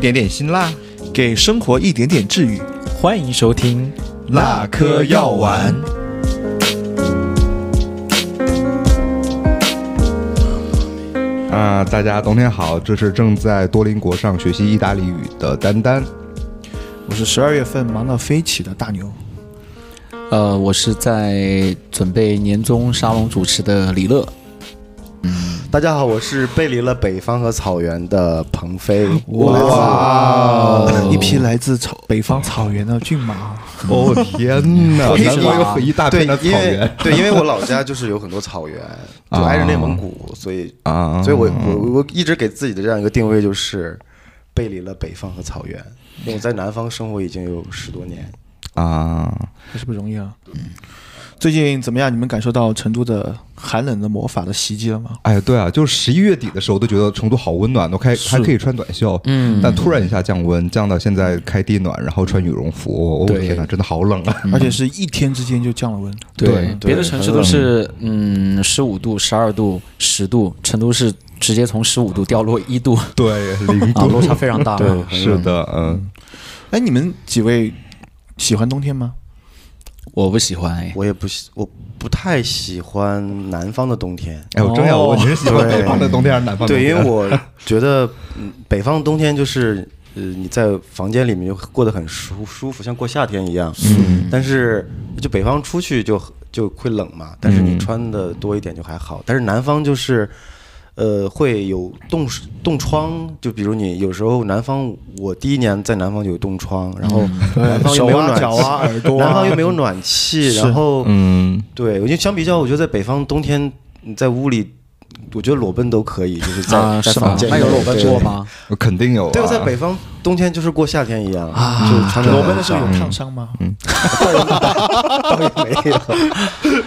点点辛辣，给生活一点点治愈。欢迎收听，辣颗药丸。啊、大家冬天好，这是正在多邻国上学习意大利语的丹丹。我是十二月份忙到飞起的大牛。呃，我是在准备年终沙龙主持的李乐，大家好，我是背离了北方和草原的鹏飞。哇！一匹来自草北方草原的骏马，哦天哪！天南哪方有一大对，片的草因为原对，因为我老家就是有很多 草原，就挨着内蒙古，所以啊！所以我嗯我我一直给自己的这样一个定位就是背离了北方和草原，因为我在南方生活已经有十多年。啊，还是不容易啊。最近怎么样？你们感受到成都的寒冷的魔法的袭击了吗？哎，对啊，就是十一月底的时候都觉得成都好温暖，都开还可以穿短袖，嗯，但突然一下降温，降到现在开地暖，然后穿羽绒服，我、哦、对天哪，真的好冷啊！而且是一天之间就降了温。对别的城市都是嗯十五度、十二度、十度，成都是直接从十五度掉落一度 啊，对，零度，落差非常大。是的，嗯，哎，你们几位喜欢冬天吗？我不喜欢哎，我也不喜，我不太喜欢南方的冬天。哎，我正要问哦你是喜欢北方的冬天还是南方的冬对，天？因为我觉得嗯北方冬天就是，呃，你在房间里面就过得很舒舒服，像过夏天一样。嗯。但是就北方出去就就会冷嘛，但是嗯你穿的多一点就还好。但是南方就是，呃，会有冻冻疮，就比如你有时候南方，我第一年在南方就有冻疮，然后南方又没手有啊暖脚啊耳朵啊南方又没有暖气，然后嗯，对，我觉得相比较，我觉得在北方冬天你在屋里，我觉得裸奔都可以，就是在、啊，在是吗房？间那有裸对奔过？吗？我肯定有、啊，对，我在北方冬天就是过夏天一样，啊嗯就是穿着裸奔的时候很有烫伤吗？嗯 少没有。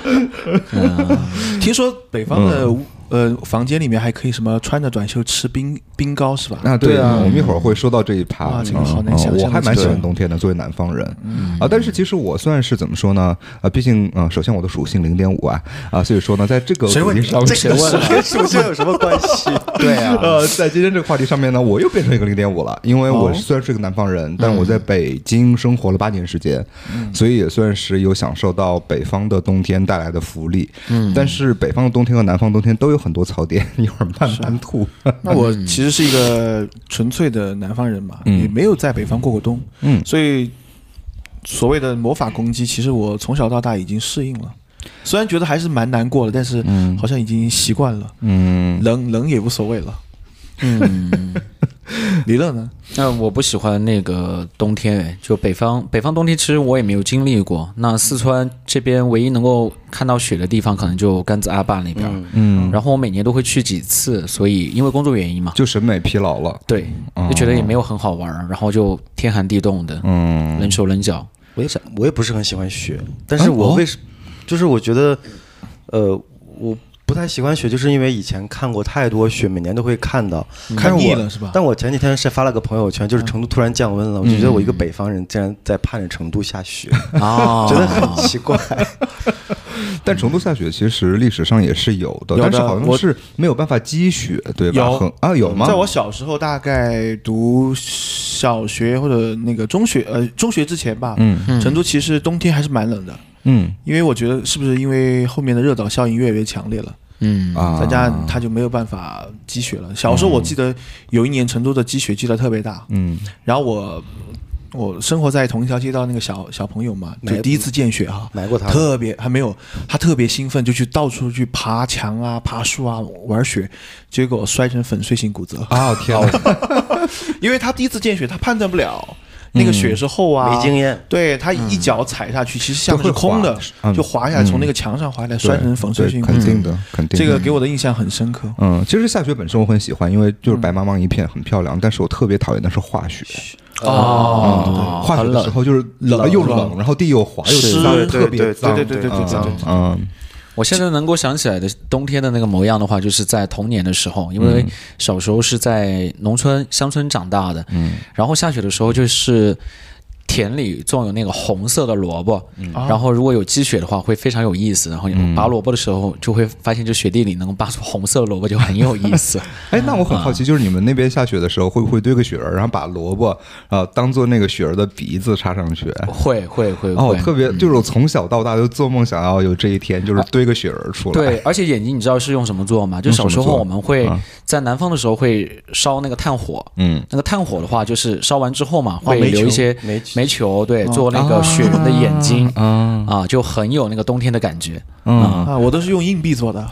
呃听说北方的、呃房间里面还可以什么穿着短袖吃冰冰糕是吧？啊，对对啊我们一会儿会说到这一趴。哇这个嗯好难嗯想象我还的蛮事喜欢情冬天的，作为南方人，啊，但是其实我算是怎么说呢？啊，毕竟，嗯，首先我的属性零点五啊，啊，所以说呢，在这个谁主问题你上面，这个这跟属性有什么关 系？ 对啊，呃，在今天这个话题上面呢，我又变成一个零点五了，因为哦我虽然是个南方人，但我在北京生活了八年时间，嗯所以也算是有享受到北方的冬天带来的福利。嗯，但是北方的冬天和南方冬天都有很多槽点， 一会儿慢慢吐。那我嗯其实是一个纯粹的南方人嘛，也没有在北方过过冬，嗯所以所谓的魔法攻击，其实我从小到大已经适应了。虽然觉得还是蛮难过的，但是好像已经习惯了，嗯，冷冷也无所谓了。嗯， 李乐呢？那我不喜欢那个冬天，哎就北方北方冬天，其实我也没有经历过。那四川这边唯一能够看到雪的地方，可能就甘孜阿坝那边。嗯，然后我每年都会去几次，所以因为工作原因嘛，就审美疲劳了。对，哦就觉得也没有很好玩儿，然后就天寒地冻的，嗯，冷手冷 脚。我也我也不是很喜欢雪，但是啊我哦为什、就是我觉得，呃，我不太喜欢雪，就是因为以前看过太多雪，每年都会看到，嗯看但腻我了是吧但我前几天是发了个朋友圈，就是成都突然降温了，我就觉得我嗯一个北方人竟然在盼着成都下雪，哦啊，觉得很奇 怪。但成都下雪其实历史上也是有的，有的但是好像我是没有办法积雪，对吧？有很啊，有吗？在我小时候，大概读小学或者那个中学，呃，中学之前吧，嗯成都其实冬天还是蛮冷的，嗯因为我觉得是不是因为后面的热岛效应越来越强烈了？嗯啊，再加上它就没有办法积雪了。小时候我记得有一年成都的积雪积得特别大，嗯然后我我生活在同一条街道那个小小朋友嘛，买就第一次见雪哈、买过它吗特别还没有，他特别兴奋，就去到处去爬墙啊、爬树啊玩雪，结果摔成粉碎性骨折，啊天哪，因为他第一次见雪，他判断不了。嗯那个雪是厚啊，没经验对他一脚踩下去，其实下面是空的就嗯会滑，嗯就滑下来，从那个墙上滑下来，摔成粉碎对性骨折。肯定的，肯定的这个给我的印象很深刻。嗯，其实下雪本身我很喜欢，因为就是嗯白茫茫一片，很漂亮。但是我特别讨厌的是化雪，嗯哦，化雪很的时冷。候就是冷冷又冷，然后地又滑又是脏，对特别脏，对对对对对对对对嗯，我现在能够想起来的冬天的那个模样的话，就是在童年的时候，因为小嗯时候是在农村乡村长大的，嗯，然后下雪的时候就是。田里种有那个红色的萝卜，嗯然后如果有积雪的话，会非常有意思。然后你拔萝卜的时候，就会发现这雪地里能拔出红色的萝卜就很有 意思。哎，那我很好奇，嗯就是你们那边下雪的时候，会不会堆个雪人，然后把萝卜呃当做那个雪人的鼻子插上去？会会会哦，会，特别嗯就是我从小到大就做梦想要有这一天，啊就是堆个雪人出来。对，而且眼睛你知道是用什么做吗？就用什小么时候做我们会啊在南方的时候会烧那个炭火，嗯，那个炭火的话就是烧完之后嘛，会煤留一球些煤煤球，对，做那个雪人的眼睛啊啊，就很有那个冬天的感觉，嗯，啊，我都是用硬币做 的，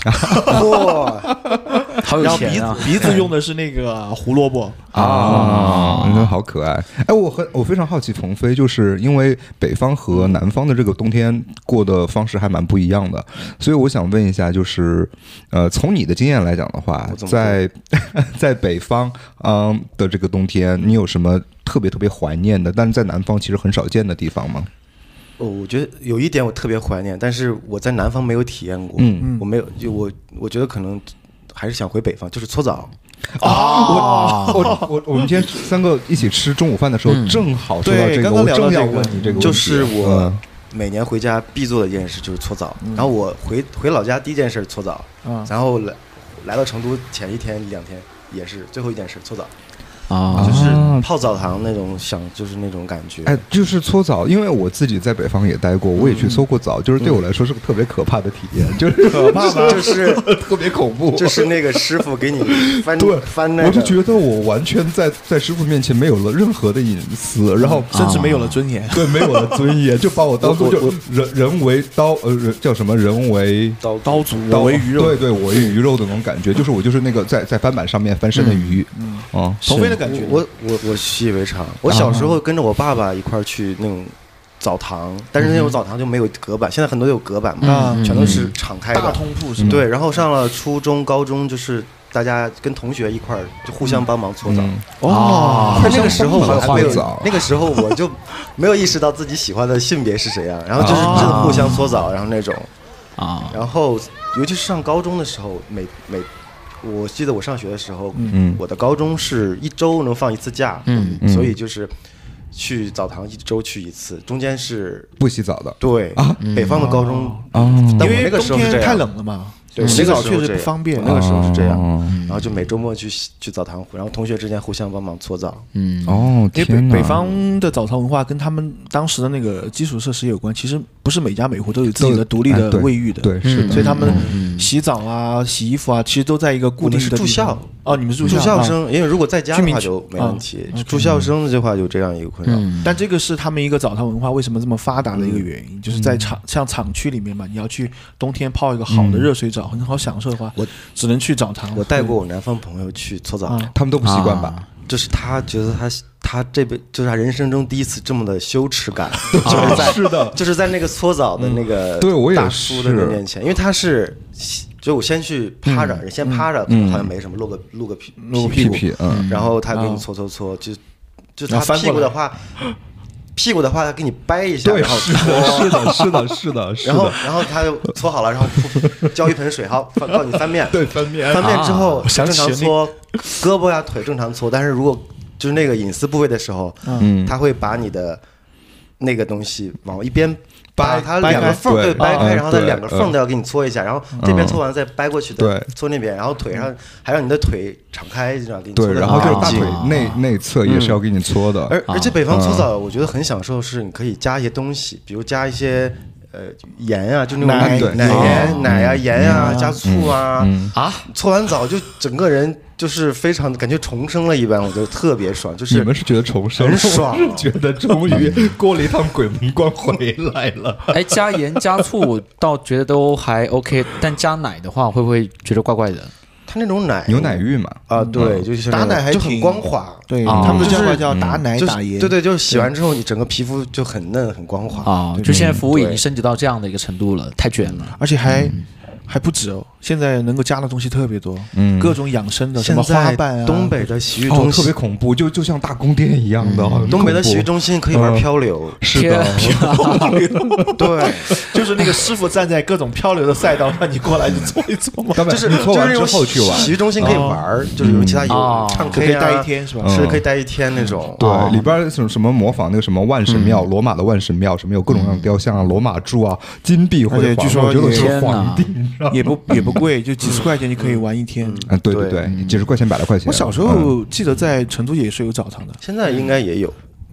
哇，好然有后鼻钱啊子！ 鼻子用的是那个胡萝卜，啊，你看好可爱。哎，我很我非常好奇鹏飞，就是因为北方和南方的这个冬天过的方式还蛮不一样的，所以我想问一下，就是呃，从你的经验来讲的话我，怎么在 在北方嗯的这个冬天，你有什么特别特别怀念的，但是在南方其实很少见的地方吗？哦，我觉得有一点我特别怀念，但是我在南方没有体验过，嗯我没有，就我我觉得可能还是想回北方，就是搓澡，啊，我我我我们今天三个一起吃中午饭的时候，正好说到对这个，刚刚我聊到正要这个问你这个问题，就是我嗯每年回家必做的一件事就是搓澡，然后我回回老家第一件事搓澡，嗯啊然后来来到成都前一天两天也是最后一件事搓澡，啊，就是啊泡澡堂那种想就是那种感觉，哎，就是搓澡，因为我自己在北方也待过，我也去搓过澡，就是对我来说是个特别可怕的体验，就是 可怕吗？ 就是特别恐怖，就是那个师傅给你翻对翻那我就个。觉得我完全在在师傅面前没有了任何的隐私，然后甚至没有了尊严。 对没有了尊严，就把我当做就人人为刀呃人叫什么人为。刀刀俎刀我为鱼肉对，对，我为鱼肉的那种感觉，就是我就是那个在在翻板上面翻身的鱼，嗯，哦，腾飞的感觉，啊我我我习以为常。我小时候跟着我爸爸一块儿去那种澡堂，但是那种澡堂就没有隔板，现在很多有隔板嘛，嗯全都是敞开大嗯的。通铺是吧？对，然后上了初中、高中，就是大家跟同学一块儿就互相帮忙搓澡。嗯哦，但那个时候我还互没相帮忙搓澡有，那个时候我就没有意识到自己喜欢的性别是谁啊。然后就是真的互相搓澡，然后那种，啊，然后尤其是上高中的时候，每每我记得我上学的时候，嗯我的高中是一周能放一次假，嗯所以就是去澡堂一周去一次，中间是不洗澡的对、北方的高中，哦但啊因我那为个时冬候是这天样，太冷了嘛，对，洗澡嗯我那个时确候实不这样方便啊我。那个时候是这样，哦然后就每周末去洗去澡堂，然后同学之间互相帮忙搓澡，嗯，哦，因为天哪北北方的澡堂文化跟他们当时的那个基础设施有关，其实不是每家每户都有自己的独立哎的对卫浴的，对是的所以他们洗澡啊、洗衣服啊，其实都在一个固定的地我们是住方校哦，你们住住校啊嗯生，因为如果在家居的民话区就没啊问题，住校生的话有这样一个困扰。嗯但这个是他们一个澡堂文化为什么这么发达的一个原嗯因，就是在厂像厂区里面嘛，你要去冬天泡一个好的热水澡，很好享受的话，我只能去澡堂。嗯我带过我南方朋友去搓澡，啊他们都不习惯吧？就是他觉得他他这辈就是他人生中第一次这么的羞耻感，就是在 是 的，啊就是在那个搓澡的那个啊嗯对我也大叔的是嗯人面前，因为他是就我先去趴着，先趴着，好像没什么，露个露个屁露个屁屁嗯，然后他给你搓搓搓，就就他然后翻屁过股来的话，屁股的话他给你掰一下，对，然后是的，是的，是的，是的，是然后的，然后他就搓好了，然后 噗浇一盆水，好放告你翻面，对翻面翻面之后啊想正起常那搓，胳膊呀腿正常搓，但是如果就是那个隐私部位的时候，嗯他会把你的那个东西往一边。掰把它掰两个开缝儿对对掰啊嗯开，然后再对两个缝儿都要给你搓一下，然后这边搓完再掰过去的对搓那边，然后腿上还让你的腿敞开，这样给你搓对，得然后就是很大干净腿内内侧也是要给你搓的，而而且北啊方搓澡，我觉得很享受，是你可以加一些东西，比如加一些呃盐啊，就那奶对种奶哦盐、嗯奶啊、盐啊，加醋啊啊。搓完澡就整个人就是非常感觉重生了一般，我觉得特别爽，就你是们是觉得重生，很爽我是 觉得终于过了一趟鬼门关回来 了。哎，加盐加醋我倒觉得都还 OK，但加奶的话会不会觉得怪怪的？它那种奶牛奶嗯浴嘛，啊，对，就是打那种奶还就挺很光滑，对啊他们的就叫是法叫打奶就是嗯打盐，对对，就是洗完之后你整个皮肤就很嫩很光滑啊啊，就现在服务已经对嗯升级到这样的一个程度了，太卷了。而且还还不止哦，现在能够加的东西特别多，嗯各种养生的，什现么花在瓣啊，东北 的洗浴哦，中特心别，恐怖，就就像大宫殿一样的，很东北的恐怖洗浴中心可以玩嗯漂流， 是的，啊对， 就是那个师傅站在各种漂流的赛道，让你过来你搓一搓 嘛，根本就是你搓就完是那之种后去玩嗯洗，浴中心可以玩儿，就是有其他哦有唱就可 K 以啊待一，天是吧？是可以待一天那种。哦对，里边儿什么什么模仿那个什么万神庙，罗马的万神庙，什么有各种各样的雕像啊，罗马柱啊，金碧辉而且煌，据说我觉得也是天皇哪帝，嗯你知道吗？也不也不贵，就几十块钱就可以玩一天。嗯，对对对对，几十块钱、百来块钱。我小时嗯候记得在成都也是有澡堂的，现在应该也有，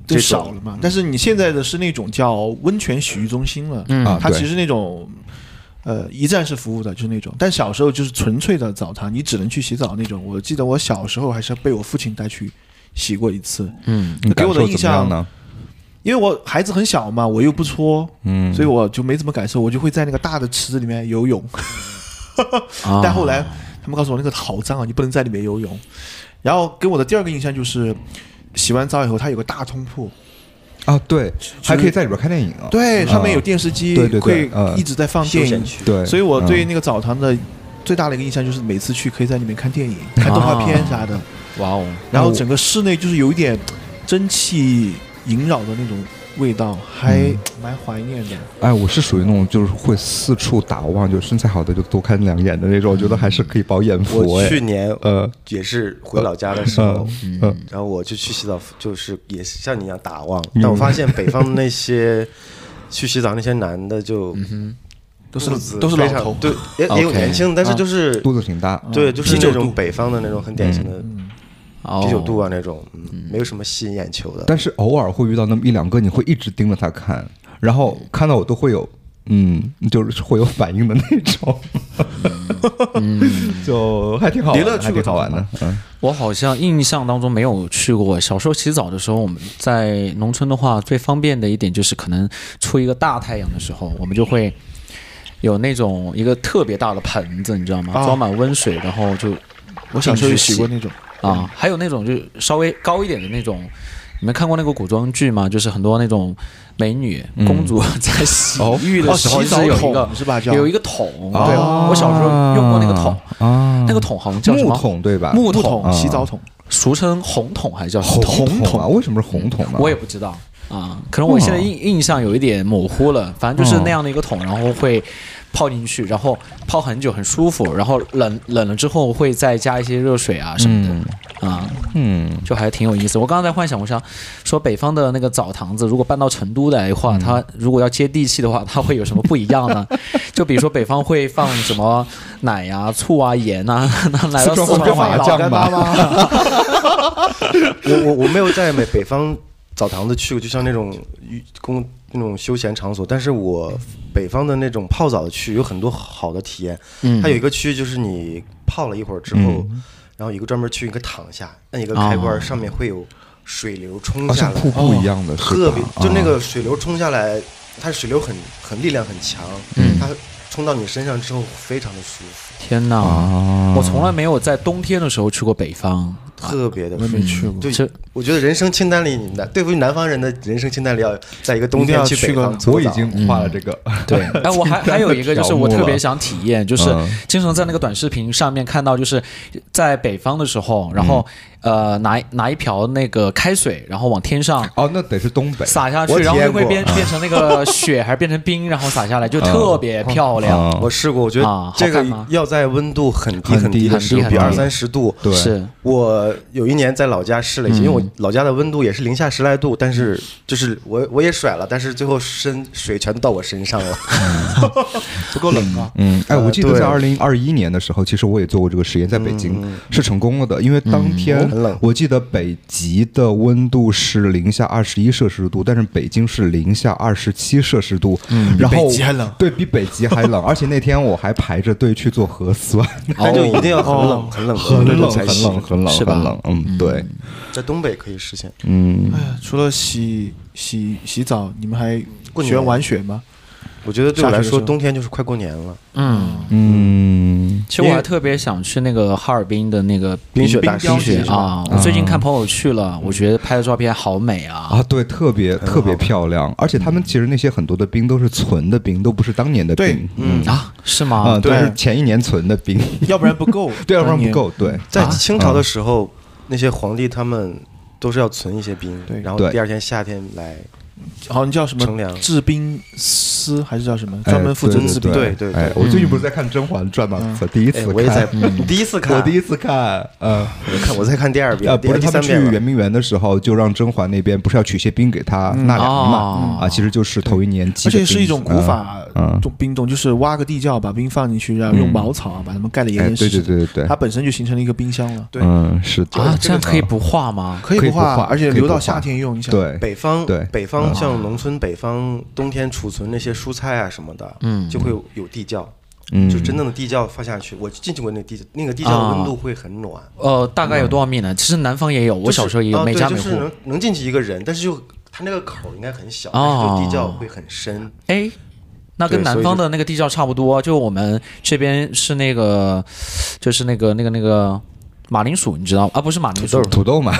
就这少种了嘛。但是你现在的是那种叫温泉洗浴中心了，啊它对其实那种。呃，一站式服务的就是那种，但小时候就是纯粹的澡堂，你只能去洗澡那种。我记得我小时候还是被我父亲带去洗过一次，嗯，你给我的感受印怎么样象呢？因为我孩子很小嘛，我又不搓，嗯所以我就没怎么感受，我就会在那个大的池子里面游泳。啊 但后来他们告诉我那个好脏啊，你不能在里面游泳。然后给我的第二个印象就是，洗完澡以后它有个大通铺，啊，对，还可以在里边看电影啊。对，上面有啊电视机，对对对会嗯一直在放休电闲影。区。对，所以我对嗯那个澡堂的最大的一个印象就是每次去可以在里面看电影、啊看动画片啥的，哇哦，然后整个室内就是有一点蒸汽萦绕的那种味道，还嗯蛮怀念的。哎，我是属于那种就是会四处打望，就身材好的就多看两眼的那种，我觉得还是可以饱眼福。我哎去年呃也是回老家的时候呃，呃，然后我就去洗澡，就是也是像你一样打望，嗯但我发现北方的那些去洗澡那些男的就嗯都是肚子都是非老常头 嗯对，也也有 OK，年轻，但是就是肚子挺大，对，就是啤酒那肚嗯种北方的那种很典型的哦啤酒肚啊那种，嗯没有什么吸引眼球的。但是偶尔会遇到那么一两个，你会一直盯着他看，然后看到我都会有，嗯，就是会有反应的那种， 就还挺好玩迪乐的，去还过挺好玩的，嗯，我好像印象当中没有去过。小时候洗澡的时候，我们在农村的话，最方便的一点就是可能出一个大太阳的时候，我们就会有那种一个特别大的盆子，你知道吗？啊装满温水，然后就我小时候也洗过那种，啊，还有那种就是稍微高一点的那种。你们看过那个古装剧吗？就是很多那种美女、公主 在洗浴的时候，嗯哦洗澡是有一个桶是吧叫有一个桶。哦对，我小时候用过那个桶，啊那个桶好像叫什木么？桶对吧？木嗯木啊桶桶、洗澡桶，俗称红桶还是叫什么红桶？桶啊？为什么是红桶呢？我也不知道啊，可能我现在印印象有一点模糊了，反正就是那样的一个桶，然后会泡进去，然后泡很久，很舒服，然后冷冷了之后会再加一些热水啊什么的、嗯啊，嗯就还挺有意思。我刚刚在幻想，我想说北方的那个澡堂子，如果搬到成都来的话，它如果要接地气的话， 它会有什么不一样呢？就比如说北方会放什么奶呀、醋啊、盐啊， 那来到四川四会川干话嘛老酱干吧妈吗？我我我没有在北北方澡堂子去过，就像那种娱公那种休闲场所，但是我北方的那种泡澡区有很多好的体验。嗯它有一个区就是你泡了一会儿之后，然后有一个专门区，你可以躺下，按一个开关，哦上面会有水流冲啊，下像来，瀑布一样的，是特吧别啊就那个水流冲下来，它水流很很力量很强，嗯、它冲到你身上之后非常的舒服，天哪！啊我从来没有在冬天的时候去过北方，特别的我舒也服嗯没。去过。就这我觉得人生清单里，你南对付于南方人的人生清单里，要在一个冬一定要天去去北个方搓我已澡嗯经画了这 个，对，哎，我还还有一个就是我特别想。想体验，就是嗯经常在那个短视频上面看到，就是在北方的时候，然后呃拿拿一瓢那个开水，然后往天上哦，那得是东北洒下去，我体然验后过就会变变成那个雪，还是变成冰，然后洒下来，就特别漂亮。啊我试过，我觉啊得好这个看吗要在温度很低很很低低的很时低候，很比低二三十度。对是我有一年在老家试了一下，因为我老家的温度也是零下十来度，但是就是我我也甩了，但是最后身水全到我身上了， 不够冷啊！嗯，哎，呃我记得对嗯在二零二一年的时候，其实我也做过这个实验，在北京是成功了的，因为当天很冷我记得北极的温度是零下二十一摄氏度，但是北京是零下二十七摄氏度，嗯然后比北极还冷对比北极还冷，而且那天我还排着队去做核酸，但就一定要很冷、很冷、很的温冷，度哦才 很行冷，。很冷，是吧很冷，嗯，对，在东北可以实现，嗯，哎呀，除了洗洗洗澡，你们还过喜欢年玩雪吗？我觉得对我来下雪的说，时候冬天就是快过年了，嗯，嗯，其实我还特别想去那个哈尔滨的那个冰雪大冰世雪界是吧啊！我最近看朋友去了，我觉得拍的照片好美啊啊，！对，特别特别漂亮，而且他们其实那些很多的冰都是存的冰，都不是当年的对冰，嗯，啊，是啊，吗？都对是前一年存的冰， ，要不然不够对，要不然不够，对，在清朝啊的时候，那些皇帝他们都是要存一些冰，对然后对第二天夏天来，当年。好像叫什乘么凉制冰司还是叫什么，哎专门负责制冰。对对对哎，我最近不是在看《甄嬛传》吗？我 第一次哎，看，嗯我也在，你 第一次看，我第一次看，呃。我看我在看第二遍呃，，不第是第他们三去遍圆了。明园的时候，就让甄嬛那边不是要取些冰给她纳凉哦嘛？啊，其实就是头一年积而的冰，且是一种古法嗯嗯种冰种，就是挖个地窖，把冰放进去，然后用茅草啊把它们盖得严哎，严对实对实。对对对它，本身就形成了一个冰箱了，对嗯，是的啊，这这样个可以不画吗？啊可可以以不化化，而且可以留不到化夏天用。你想，对，北方对嗯北方像农村，北方冬天储存那些蔬菜啊什么的，嗯就会有地窖，嗯啊就真正的地窖放下去。我进去过那地窖，那个地窖的温度会很暖。呃，大概有多少米呢？其实南方也有，我就是小时候也有，啊每对家就每是户。能能进去一个人，但是就它那个口儿应该很小，哦但是就地窖会很深。哎，那跟对南所以方就的那个地窖差不多，就我们这边是那个，就是那个那个那个马铃薯，你知道吗？啊，不是马铃薯，土豆嘛，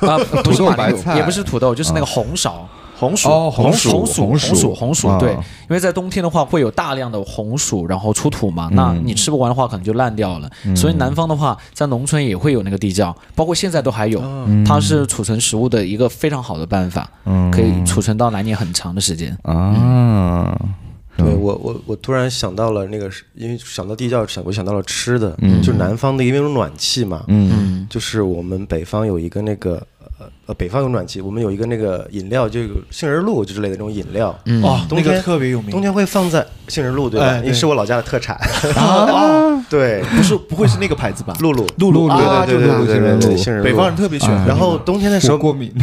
啊，不是豆马白铃薯，菜也不是土豆，就是那个红苕。红薯哦红红薯红薯，红薯薯，红薯啊，对，因为在冬天的话会有大量的红薯，然后出土嘛，那你吃不完的话可能就烂掉了。所以南方的话，在农村也会有那个地窖，包括现在都还有，嗯它是储存食物的一个非常好的办法，可以储存到来年很长的时间。嗯啊，对我我我突然想到了那个是，因为想到地窖，想我想到了吃的，就是南方的，因为有暖气嘛，嗯就是我们北方有一个那个呃呃，北方有暖气，我们有一个那个饮料，就有杏仁露之类的那种饮料，嗯哦，冬那天个特别有名。冬天会放在杏仁露对吧？哎因对为是我老家的特产， 啊，对，不是不会是那个牌子吧？露露。露露露露啊，对就是对那对个对对对，杏仁露北方人特别喜啊欢。然后冬天的时我候，过敏，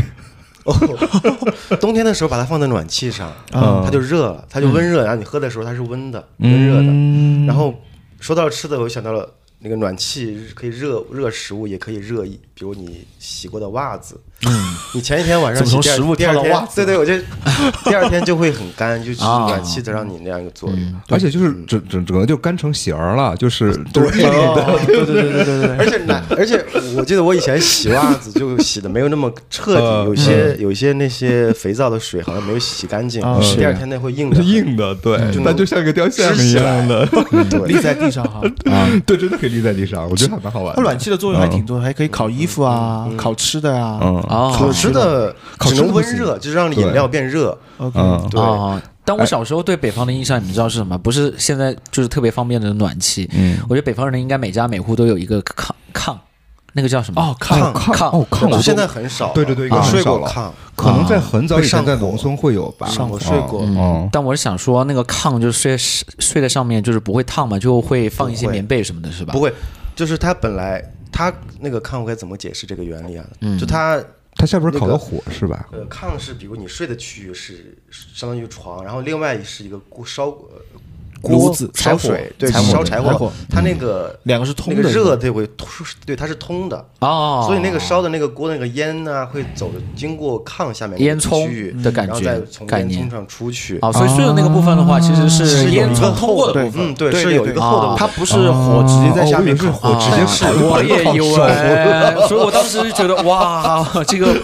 冬天的时候把它放在暖气上，嗯它就热了，它就温嗯热，然后你喝的时候它是温的，温热的。嗯然后说到吃的，我就想到了那个暖气可以热热食物，也可以热衣，比如你洗过的袜子，你前一天晚上嗯洗怎么从第二食物第二跳到天袜子啊对对，我就第二天就会很干，就是暖气的让你那样一个作嗯用。而且就是整整整个就干成形儿了，就是就是 一脸的哦 对对对对对对，而且难，而且我记得我以前洗袜子就洗的没有那么彻嗯底，有些有一些那些肥皂的水好像没有洗干净啊，是第二天那会硬是的，硬的，对就，那能就像一个雕像支一起来样 的，立在地上哈。对，真的可以立在地上，我觉得还蛮好玩 它的。暖气的作用还挺多，还可以烤衣服啊，烤吃的呀。嗯哦，烤吃的烤只吃的能不温行热，就是让饮料变热。 OK，嗯，对，哦，但我小时候对北方的印象，你们知道是什么？不是现在就是特别方便的暖气。嗯，我觉得北方人应该每家每户都有一个炕炕，那个叫什么？哦，炕看炕炕哦炕，我我现都在很少了，对对对，应该我很睡少过了炕，可能在很早以前上在火农村会有吧，上火睡过哦，但我是想说，那个炕就是睡睡睡在上面，就是不会烫嘛，就会放一些不会棉被什么的，是吧？不，会，就是它本来它那个炕，我该怎么解释这个原理啊？就它它下边那烤个的火是吧？呃，炕是比如你睡的区域是相当于床，然后另外是一个锅烧呃炉锅子柴柴火水，对，柴火烧柴柴火，它那个两个是通那个的热对会突，对它是通的。哦，所以那个烧的那个锅的那个烟呢，会走的经过炕下面那个烟囱嗯区域的感然后觉再从概烟念囱上出去。哦，所以睡的那个部分的话，其实是哦是有烟一囱个通过的部分。嗯，对，哦对是有一个厚的部分，它不是火直接在下面是烤，火直接烤，啊 我也以哎为， 所以我当时就觉得哇，这个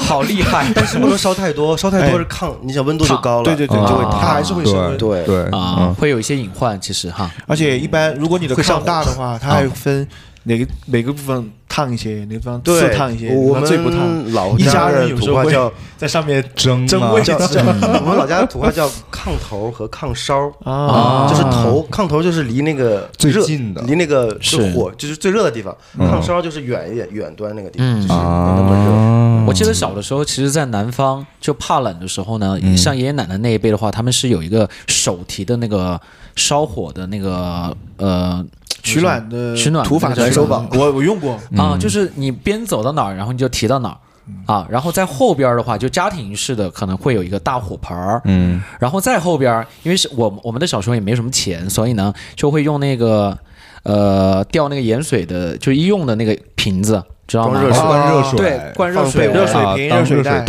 好厉害，但是不能烧太多，烧太多是炕，你想温度就高了，哎对对对，啊就会它还是会升温。对对嗯嗯啊，会有一些隐患，其实哈。而且一般如果你的会上炕火大的话，它还分哪个哪个部分烫一些，哪个地方对刺烫一些，我哪个地方最不们烫。老一家家的人有时土候话会 嗯啊叫在上面蒸啊蒸嘛味叫叫， 我们老家的土话叫炕头和炕梢嗯啊就是头炕头就是离那个最热近的离那个就是火就是最热的地方，嗯炕梢就是远一点远端那个地方，嗯就是啊没那么啊我记得小的时候，其实，在南方就怕冷的时候呢，嗯像爷爷奶奶那一辈的话，他们是有一个手提的那个烧火的那个呃取暖的取暖的土法那个燃叫烧什么棒，我我用过，嗯啊，就是你边走到哪儿，然后你就提到哪儿。啊，然后在后边儿的话，就家庭式的可能会有一个大火盆儿，嗯，然后再后边儿，因为是我我们的小时候也没什么钱，所以呢就会用那个呃吊那个盐水的，就医用的那个瓶子，知道吗？装热水灌啊热水，对，灌热放水水的，热水啊瓶、当热水热水袋，啊袋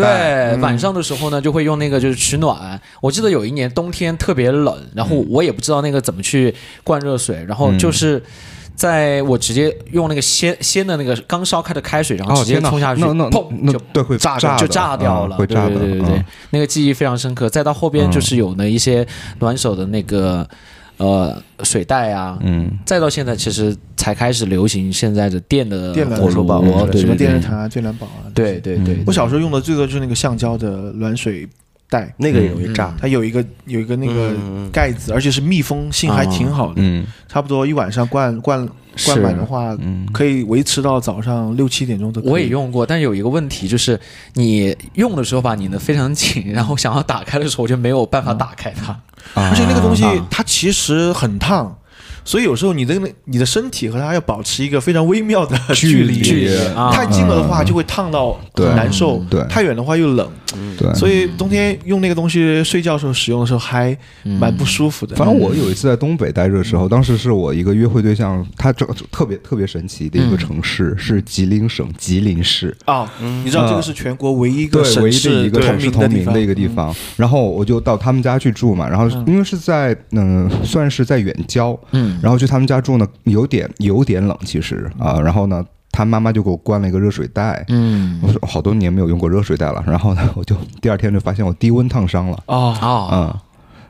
对，嗯晚上的时候呢，就会用那个就是取暖。我记得有一年冬天特别冷，然嗯后我也不知道那个怎么去灌热水，然后就是在我直接用那个鲜鲜的那个刚烧开的开水，然后哦直接天哪冲下去，那那砰那就对会炸炸就的炸掉了，嗯会炸对的对对对对嗯那个记忆非常深刻。再到后边就是有那一些暖手的那个。呃，水袋啊，嗯，再到现在其实才开始流行现在的电的电暖火手炉哦把，嗯对什么对电对热毯啊、电暖宝啊。对对嗯对，我小时候用的最多就是那个橡胶的暖水袋，那个也容易炸。它有一个有一个嗯那个嗯嗯嗯盖子，而且是密封性还挺好的，嗯差不多一晚上灌灌灌满的话，嗯，可以维持到早上六七点钟都可以。我也用过，但是有一个问题就是，你用的时候吧，拧得非常紧，然后想要打开的时候，我就没有办法打开它。而且那个东西啊它其实很烫，所以有时候你的那你的身体和它要保持一个非常微妙 的距离。距离啊太近了的话就会烫到很嗯对嗯难受，对嗯太远的话又冷，对，所以冬天用那个东西睡觉的时候使用的时候还蛮不舒服的。嗯反正我有一次在东北待着的时候，当时是我一个约会对象，他这这特别特别神奇的一嗯个城市，是吉林省吉林市。啊，你知道这个是全国唯一一嗯对个，省唯一的市一个城市同名名的一个地地嗯方，然后我就到他们家去住嘛，然后因为是在嗯、算是在远郊，嗯，然后去他们家住呢，有点有点冷其实啊、然后呢，他妈妈就给我灌了一个热水袋，嗯，我说好多年没有用过热水袋了，然后呢，我就第二天就发现我低温烫伤了，哦，哦，嗯，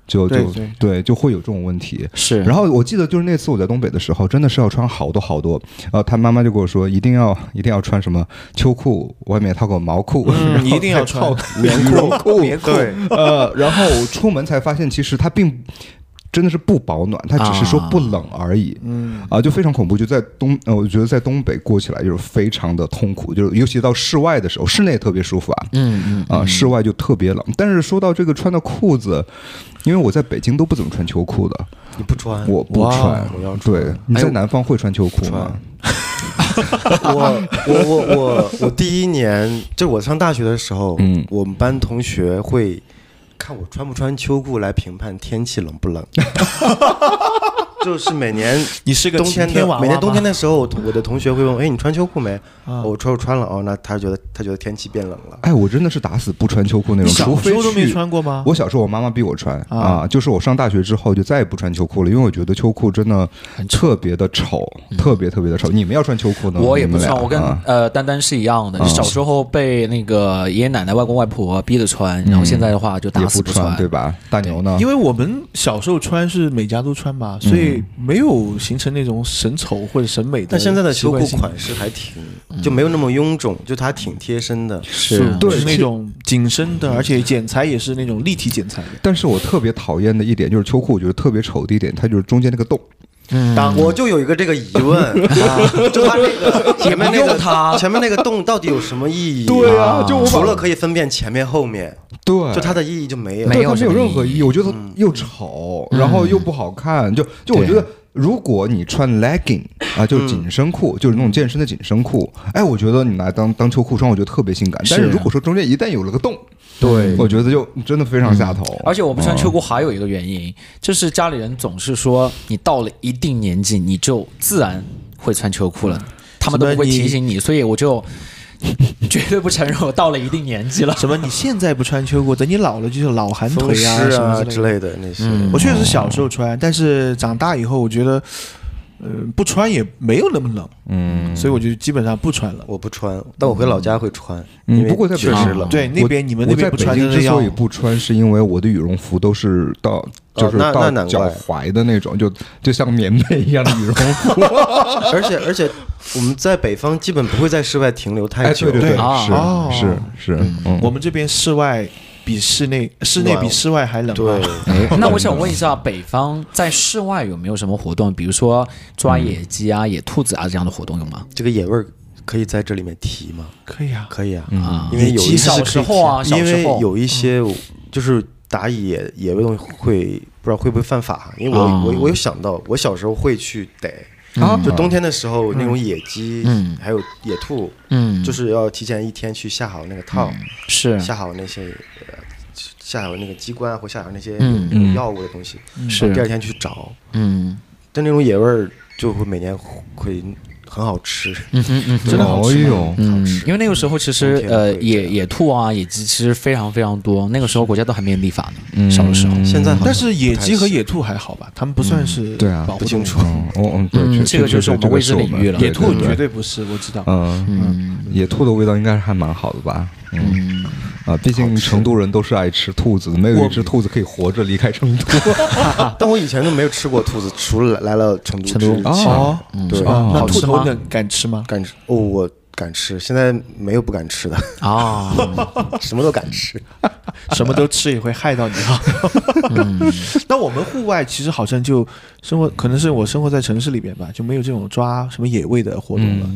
就对就对就会有这种问题。是，然后我记得就是那次我在东北的时候，真的是要穿好多好多，呃，他妈妈就跟我说一定要一定要穿什么秋裤，外面套个毛裤，然后一定要再套穿 棉绒裤，棉裤对，呃，然后我出门才发现其实它并真的是不保暖，它只是说不冷而已。嗯，啊，就非常恐怖，就在东，呃，我觉得在东北过起来就是非常的痛苦，就是尤其到室外的时候，室内特别舒服啊，嗯啊，室外就特别冷。但是说到这个穿的裤子，因为我在北京都不怎么穿秋裤的，你不穿，我不穿哎我要。穿对，你在南方会穿秋裤吗？我我我我我第一年，就我上大学的时候，嗯我们班同学会看我穿不穿秋裤来评判天气冷不冷。 就是每年你是个冬天晴天娃的，娃每年冬天吗的时候，我我的同学会问我：“哎，你穿秋裤没？”我说我穿了。哦，那他觉得他觉得天气变冷了。哎，我真的是打死不穿秋裤那你种，除小非时候都没去穿过吗？我小时候，我妈妈逼我穿啊啊，就是我上大学之后就再也不穿秋裤了，因为我觉得秋裤真的特别的丑，特别特别的丑。你们要穿秋裤呢？我也你不们俩穿，我跟啊呃丹丹是一样的。嗯小时候被那个爷爷奶奶、外公外婆逼着穿，然后现在的话就打嗯也死不穿穿，。对吧？大牛呢因？为我嗯们小时候穿是每家都穿嘛，所以没有形成那种审丑或者审美的。但现在的秋裤款，式还挺，嗯就没有那么臃肿，就它挺贴身的。是对是那其种紧身的，而且剪裁也是那种立体剪裁 的。但是我特别讨厌的一点就是秋裤，我觉得特别丑的一点，它就是中间那个洞。当我就有一个这个疑问，啊就它那个前面那也不用个它前面那个洞到底有什么意义？对啊就我把除了可以分辨前面后面，对，就它的意义就没有。对没有它没什么有任何意义意义。我觉得又丑，然后又不好看。就就我对觉得，如果你穿 legging 啊，就是紧身裤，就是那种健身的紧身裤，哎，我觉得你拿当当秋裤穿，我觉得特别性感。但是是如果说中间一旦有了个洞，对嗯我觉得就真的非常下头。而且我不穿秋裤还有一个原因，就是家里人总是说，你到了一定年纪，你就自然会穿秋裤了，嗯他们都不会提醒你，所以我就 绝对不承认我到了一定年纪了。什么？你现在不穿秋裤，等你老了就是老寒风腿湿啊什么啊之之类的。嗯类的那些，我确实小时候穿，但是长大以后，我觉得，呃，不穿也没有那么冷，嗯，所以我就基本上不穿了。我不穿，但我回老家会穿，嗯因为不过在北确京实冷。对，那边你们那我在边不北穿京真之的要所以不穿，是因为我的羽绒服都是到就是那到那难怪脚踝的那种，就就像棉被一样的羽绒服。而且而且我们在北方基本不会在室外停留太哎，久对，对对啊哦是是是，嗯我们这边室外比室内，室内比室外还冷、啊。对， 那我想问一下，北方在室外有没有什么活动？比如说抓野鸡啊、野兔子啊这样的活动有吗？这个野味儿可以在这里面提吗？可以啊。可以啊，啊因为有一些小时候啊，小因为时候有一些就是打野野味东西会不知道会不会犯法，因为我啊我我有想到，我小时候会去逮，啊，就冬天的时候那种野鸡嗯，还有野兔，嗯，就是要提前一天去下好那个套，是下好那些呃下好那个机啊关或下好那些嗯有有药物的东西，是第二天去找，嗯但那种野味儿就会每年会很好吃，嗯真的好哦哟，嗯，因为那个时候其冬实天呃会这野样野兔啊野鸡其实非常非常多，那个时候国家都还没有立法嗯呢，小的时候。现在好像但是野不太鸡和野兔还好吧，它们不算是对啊保护不动清物楚。嗯，我嗯，嗯对，确这个确实就是我们这个卫生领域了野对兔对对绝对不是，我知道。嗯嗯，野兔的味道应该还蛮好的吧？嗯啊，毕竟成都人都是爱吃兔子的，没有一只兔子可以活着离开成都。 但我以前都没有吃过兔子，除了来来了成都成之都前，啊哦，对，吧那好兔吃头吗能敢吃吗？敢吃哦，我敢吃，现在没有不 敢吃的，啊，什么都敢吃。什么都吃也会害到你哈。 那我们户外其实好像就生活，可能是我生活在城市里边吧，就没有这种抓什么野味的活动了，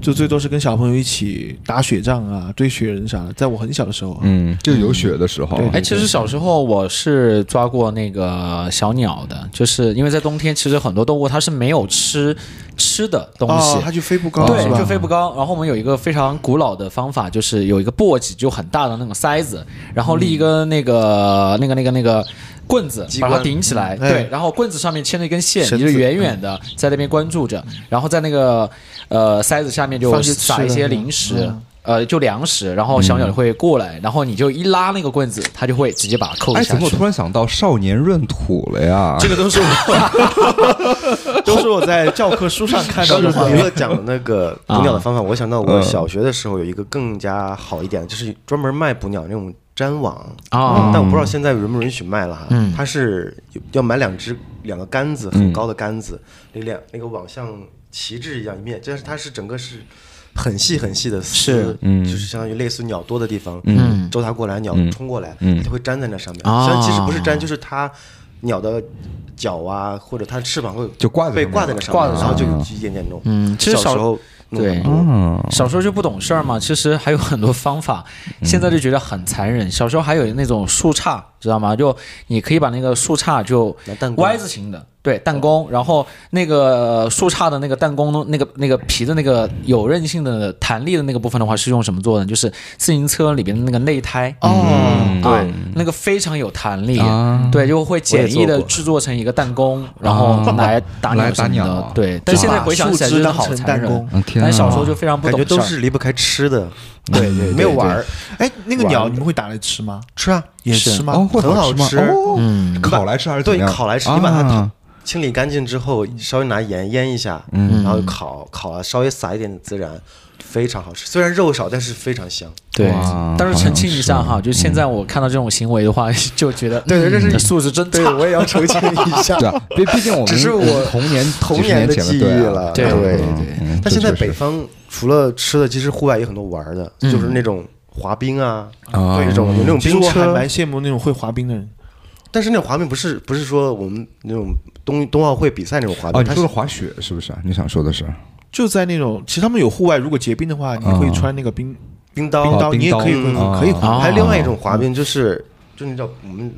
就最多是跟小朋友一起打雪仗啊、堆雪人啥的。在我很小的时候啊，嗯，就有雪的时候， 哎，其实小时候我是抓过那个小鸟的，就是因为在冬天，其实很多动物它是没有吃吃的东西哦，，它就飞不高，是对，吧就飞不高。然后我们有一个非常古老的方法，就是有一个簸箕，就很大的那种塞子，然后立一个那个、那个那个那个棍子，把它顶起来。哎对，然后棍子上面牵着一根线，绳你子就远远的在那边关注着，然后在那个呃塞子下面就放些吃的撒一些零食。嗯呃，就粮食，然后小鸟会过来，然后你就一拉那个棍子，它就会直接把它扣哎，下怎去。么我突然想到少年闰土了呀？这个都是我， 都是我在教科书上看到是的画娱面乐讲的那个捕鸟的方法，我想到我小学的时候有一个更加好一点，就是专门卖捕鸟那种粘网啊但我不知道现在允不允许卖了哈。它是要买两只两个杆子，很高的杆子，那两那个网像旗帜一样一面，但是它是整个是。很细很细的丝，是就是相当于类似鸟多的地方，嗯，周它过来，鸟冲过来，它会粘在那上面。啊虽然其实不是粘，就是它鸟的脚啊，或者它的翅膀会就挂在被上面挂在那上啊面，挂在然上后就面一点点弄。嗯其实小小时候弄对很多嗯，小时候就不懂事儿嘛，其实还有很多方法，嗯现在就觉得很残忍。小时候还有那种树杈，知道吗？就你可以把那个树杈就拿弹弓 Y 字形的，对，弹弓，然后那个树杈的那个弹弓呢，那个那个皮的那个有韧性的弹力的那个部分的话，是用什么做的？就是自行车里边的那个内胎哦。啊，那个非常有弹力，啊对，就会简易我也做的过制作成一个弹弓，然后来打来鸟打什么鸟的啊，对。但现在把回想起来树枝真的当好成残弹忍弓，啊天但小啊时候就非常不感懂觉事都儿。是离不开吃的，对对对没有玩儿哎，那个鸟你们会打来吃吗？吃啊，也吃吗？哦，会很好好吃吗？嗯哦，烤来吃还是怎对么，样烤来吃，你把它 啊清理干净之后，稍微拿盐腌一下，嗯然后烤烤了，稍微撒一点孜然，非常好吃。虽然肉少，但是非常香。对哇，但是好澄像清一是下哈，就现在我看到这种行为的话， 就觉得对对这是嗯素质 真对，差。我也要澄清一下对啊，毕毕竟我们只是我们童年童几十年年的前记忆对啊了。对对对嗯 但现在这确北实嗯方除了吃的，其实户外有很多玩儿的，就是那种滑冰啊，啊对，那种有那种其实冰我还车，蛮羡慕那种会滑冰的人。但是那种滑冰不是不是说我们那种冬冬奥会比赛那种滑哦，冰，你它说的啊是滑雪是不是？啊你想说的是就在那种，其实他们有户外，如果结冰的话，你可以穿那个冰冰刀冰刀，冰你也刀可以恢复，嗯可以啊滑。还有另外一种滑冰，就是就那叫我们，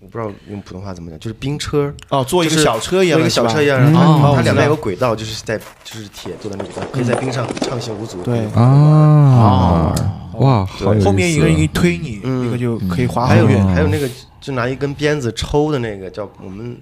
我不知道用普通话怎么讲，就是冰车，哦，做一个小车一样一的个是吧，嗯小车一样，嗯嗯然哦后它我知道两边有个轨道，就是在就是铁做的那个轨道，嗯可以在冰上畅行无阻。对啊？哇，好有意思后面一个人一推你，嗯一个就可以啊滑还有很远。还有那个就拿一根鞭子抽的那个叫我们。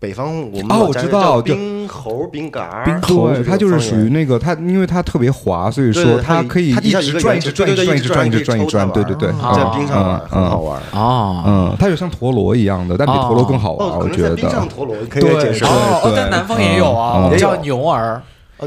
北方我们哦老我家知道叫就冰猴冰杆儿，冰猴对，它就是属于那个，它因为它特别滑，所以对说对它可以它底一下有一直个转，一圆直球转，一对直对转，对一直转，一直你可转，一以直转，抽它对对对，玩儿啊在冰上玩儿啊嗯很好玩儿。哦嗯，它有像陀螺一样的，但比陀螺更好玩，哦，可嗯我能觉在得。冰上陀螺可以对解释对为哦哦，对在南方也有啊，嗯我们也有叫牛儿，哦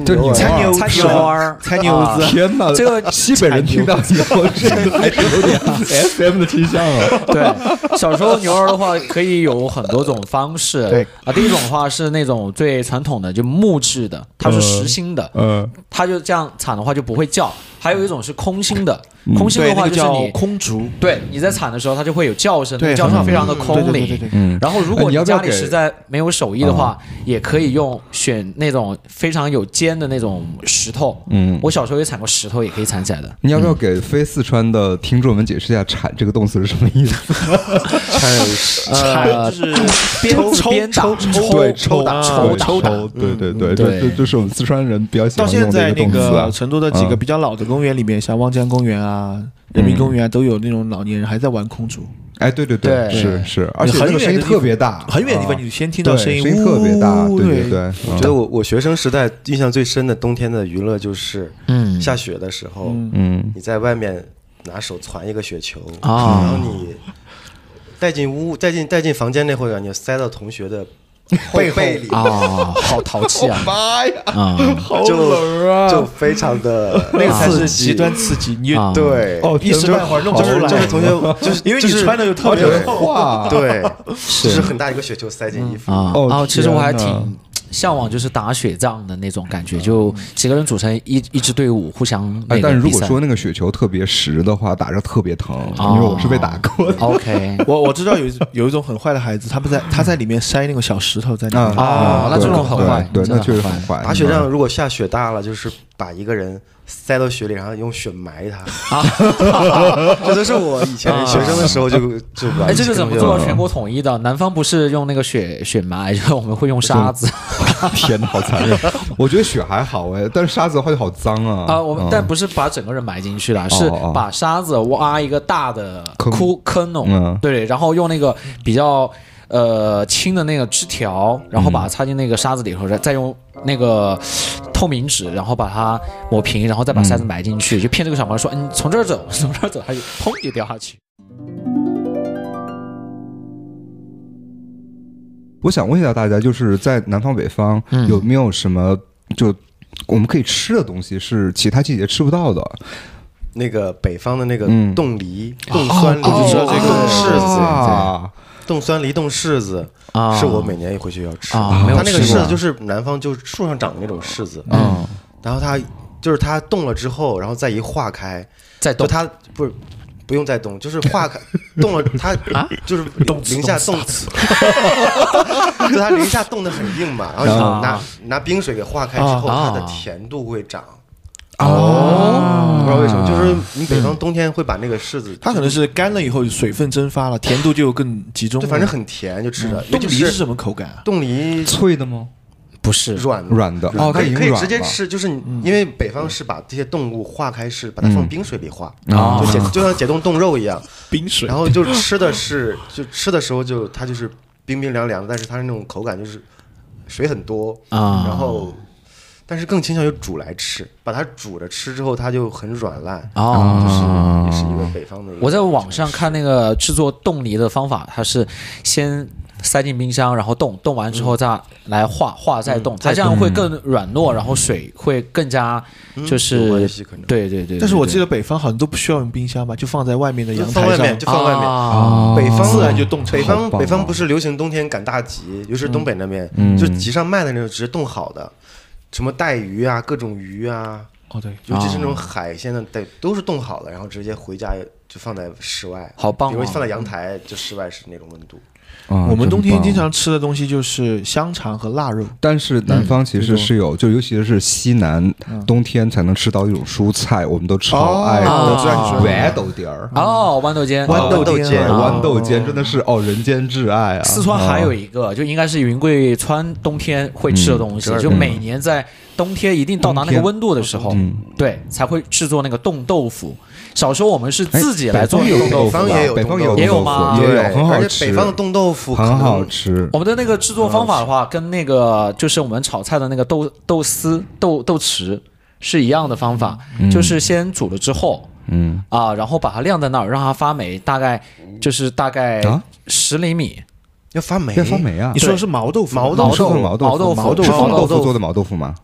这牛你猜儿菜牛菜子牛儿，菜牛子啊 天 哪，这个西北人听到以后，这个还是有点 S M 的倾向 啊。对，小时候牛儿的话可以有很多种方式。对啊，第一种的话是那种最传统的，就木质的，它是实心的，嗯，它就这样铲的话就不会叫。还有一种是空心的，空心对，的那话个就是叫你。空竹，对，你在铲的时候，它就会有叫声，对叫很声好非常的对对空对对灵对。对。嗯然后，如果哎你要不要家里给实在没有手艺的话，也可以用选那种非常有尖的那种石头。嗯我小时候也铲过石头，也可以铲起来的。你要不要给非四川的听众们解释一下“铲”这个动词是什么意思？呃，就是边抽边打抽抽啊对，抽打嗯抽打抽打，对对对，对这这这是我们四川人比较喜到欢现用的在一那动词啊个。成都的几个嗯比较老的公园里面，像望江公园啊、人民公园啊，都有那种老年人还在玩空竹。哎，对对对是是，而且那很个远声音的特地别方大，很远的地啊方你先听到对声音，声音特别大，呜对对对，我嗯觉得我我学生时代印象最深的冬天的娱乐就是，嗯下雪的时候，嗯你在外面拿手攒一个雪球，啊然后你带进屋，带进带进房间那会儿，你塞到同学的背背里，啊，好淘 气啊！妈呀，啊，好就冷啊！就非常的 那个才是刺极激，端刺激，你啊对，哦一时半会儿弄不就出是来。就是同学，就是因为你就是穿的又特别对 哇哎 对，就是很大一个雪球塞进衣服，啊哦哦，其实天我还哪挺向往，就是打雪仗的那种感觉，就几个人组成一一支队伍，互相那哦哎，个但是如比果赛。说那个雪球特别实的话，打着特别疼，哦因为我是被打过的。 OK 我我知道有一有一种很坏的孩子，他不在他在里面塞那个小石头在 里面，嗯哦那对这种很对坏嗯对，真那的确实很很坏。打雪仗如果下雪大了，就是把一个人塞到雪里，然后用雪埋他。哦这都是我以前学生的时候就就玩。啊哎，这个怎么做到全国统一的？南方不是用那个雪雪埋， 就是我们会用沙子嗯，天哪，好残忍！ 我觉得雪还好哎，但是沙子的话就好脏啊。啊。我们嗯但不是把整个人埋进去的，是哦哦把沙子挖一个大的坑窟坑哦嗯，对，然后用那个比较呃轻的那个枝条，然后把它插进那个沙子里头，再再用那个透明纸，然后把它抹平，然后再把沙子埋进去，就骗这个小朋友说，嗯，从这儿走， 从这儿走，他就砰就掉下去。我想问一下大家，就是在南方北方嗯有没有什么就我们可以吃的东西是其他季节吃不到的？那个北方的那个嗯冻梨、冻酸梨、哦我就知道这个冻柿子、啊冻酸梨、冻柿子，啊是我每年回去要吃。啊没有它那个吃柿过啊子就是南方就是树上长的那种柿子，嗯然后它就是它冻了之后，然后再一化开，再就动它不是不用再冻，就是化开冻了它啊就是零下冻死， 就它零下冻得很硬嘛，然后啊你拿拿冰水给化开之后，啊它的甜度会涨。哦不知道为什么，就是你北方冬天会把那个柿子，它可能是干了以后水分蒸发了，甜度就更集中就了。反正很甜，就吃着。尤冻其梨是是什么口感啊？冻梨脆的吗？不是软软的哦它可已以经可以软直接了吃，就是你因为北方是把这些动物化开，是把它放冰水里化，啊就解就像解冻冻肉一样，冰水然后就吃的是就吃的时候就它就是冰冰凉凉的，但是它是那种口感就是水很多，啊然后但是更倾向于煮来吃，把它煮着吃之后它就很软烂，啊。就是也是一个北方的一个。我在网上看那个制作冻梨的方法，它是先塞进冰箱，然后冻，冻完之后再来化，化再冻，它这样会更软糯，然后水会更加就有是关系可能对对对。但是我记得得北方好像都不需要用冰箱吧，就放在外面的就阳放台外上面，就放外面。啊北方自的然就冻成北好方棒北啊方不是流行冬天赶大集，就是东北那边，嗯嗯就是集上卖的那种直接冻好的，什么带鱼啊，各种鱼啊，哦对，尤其是那种海鲜的带，都是冻好的，然后直接回家就放在室外，好棒比哦如放在阳台，就室外是那种温度。啊我们冬真天棒经常吃的东西就是香肠和腊肉。但是南方其实是有，就尤其是西南冬天才能吃到一种蔬菜，我们都超爱的，哦我知道你说的豌豆尖儿，哦，豌豆尖，豌豆豆尖尖对啊豌豆尖真的是哦人间挚爱啊！四川还有一个，就应该是云贵川冬天会吃的东西，就每年在冬天一定到达那个温度的时嗯候，对，才会制作那个冻豆腐。小时候我们是自己来做哎北冻方豆豆腐腐有啊冻豆腐北北方有冻豆腐也有，方有对冻豆腐很好而吃，且北方的冻豆腐可很能好吃我。们的那个制作方法的话，跟那个就是我们炒菜的那个豆豆丝、豆豆豉是一样的方法，就是先煮了之后，嗯啊，然后把它晾在那儿，让它发霉，大概就是大概啊十厘米。要发霉，要发霉啊你！说的是毛豆腐吗？毛你豆吃过腐毛毛豆豆腐腐，毛豆是腐啊红毛豆豆腐做的毛豆腐吗？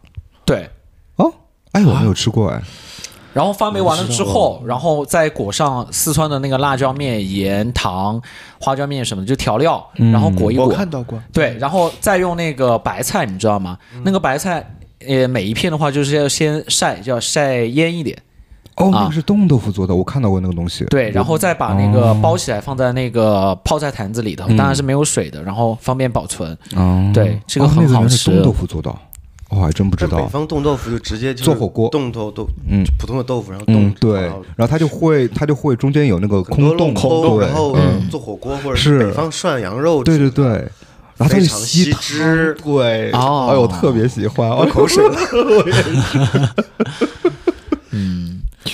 对，哦，哎，我没有吃过哎，然后发霉完了之后，然后再裹上四川的那个辣椒面、盐、糖、花椒面什么的，就调料，然后裹一我裹。看到过，对，然后再用那个白菜，你知道吗？那个白菜，呃，每一片的话就是要先晒，就要晒腌一点。哦，啊那个是冻豆腐做的，我看到过那个东西。对，然后再把那个包起来，放在那个泡菜坛子里嗯头，当然是没有水的，然后方便保存。哦，对这个哦很那好原来是吃冻豆腐做的，我还真不知但道北。方冻豆腐就直接就是做火锅冻豆豆，嗯就普通的豆腐，然后嗯冻，对，然后它就会，它就会中间有那个很多空镂洞，空，对然后嗯做火锅或是者北方涮羊肉，对对对，然后它非就常吸吸汤汁对，哦哎呦，我特别喜欢，哦我口水了。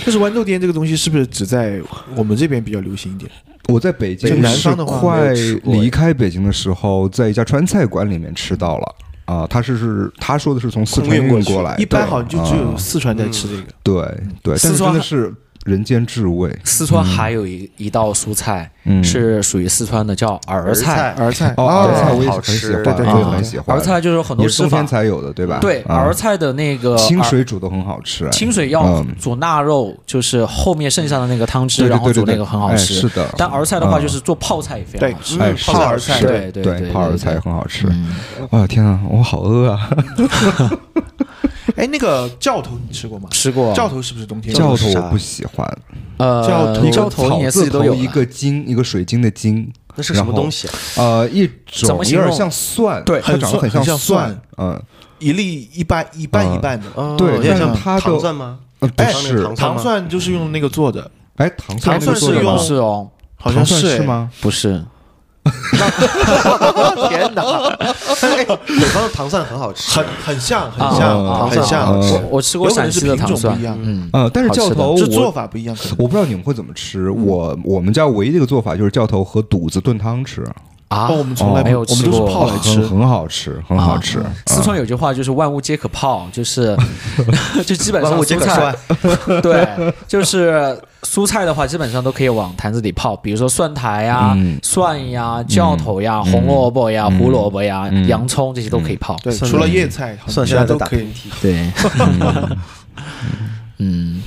但是豌豆颠这个东西是不是只在我们这边比较流行一点？我在北就京南是方的话快没有吃过哎离开北京的时候，在一家川菜馆里面吃到了。啊，他是是他说的是从四空川运运过去过来的，一般好像就只有啊四川在吃这个，对对，但四是川真的还是人间至味。四川还有一一道蔬菜嗯是属于四川的，叫儿菜。儿菜哦，啊儿菜我也好很喜吃欢，对对我也对很对喜欢。儿菜就是有很多也是吃冬法天，才有的，对吧？对啊儿菜的那个清儿水煮的很好吃，哎清水要嗯煮腊肉，就是后面剩下的那个汤汁，对对然后对煮对那个对很好哎吃。是的但儿菜的话，嗯就是做泡菜也非常好吃。哎，嗯泡儿菜是对对对对对泡儿对嗯菜对很好吃。啊天啊，我好饿啊！哎，那个教头你吃过吗？吃过教头是不是冬天？教啊头是啥我不喜欢，呃教头教草头一年四字季都头有一了个金，一个水晶的晶，那是什么东西啊？然后？呃，一种怎么有形容点像蒜，对它长得很蒜像很像蒜，嗯，一粒一半一半一半的。哦对有点但是像它糖的蒜吗？呃不哎是，糖蒜就是用那个做的，哎，糖糖那个蒜做是的用吗不是哦，好像糖蒜哎是？吗？不是哎天哪，北方的糖蒜很好吃，很很像，很啊像，啊很啊像。啊我我吃过有可陕能是西的品糖种蒜不一，样嗯，呃，但是好吃教的头这做我法不一样，可能我不知道你们会怎么吃，我我们家唯一的一个做法就是教头和肚子炖汤吃，啊，哦我们从来没有我吃们都是过泡来吃很很好吃，很好吃。嗯啊四川有句话就是“万物皆可泡”，就是 就基本上万物皆可蔬涮菜。对，就是蔬菜的话，基本上都可以往坛子里泡，比如说蒜苔呀、嗯嗯蒜呀、教头呀、红萝卜呀、胡萝卜呀、洋葱这些都可以泡。对，除了叶菜，好像蒜其现他在在都打可以喷。嚏。对， 嗯，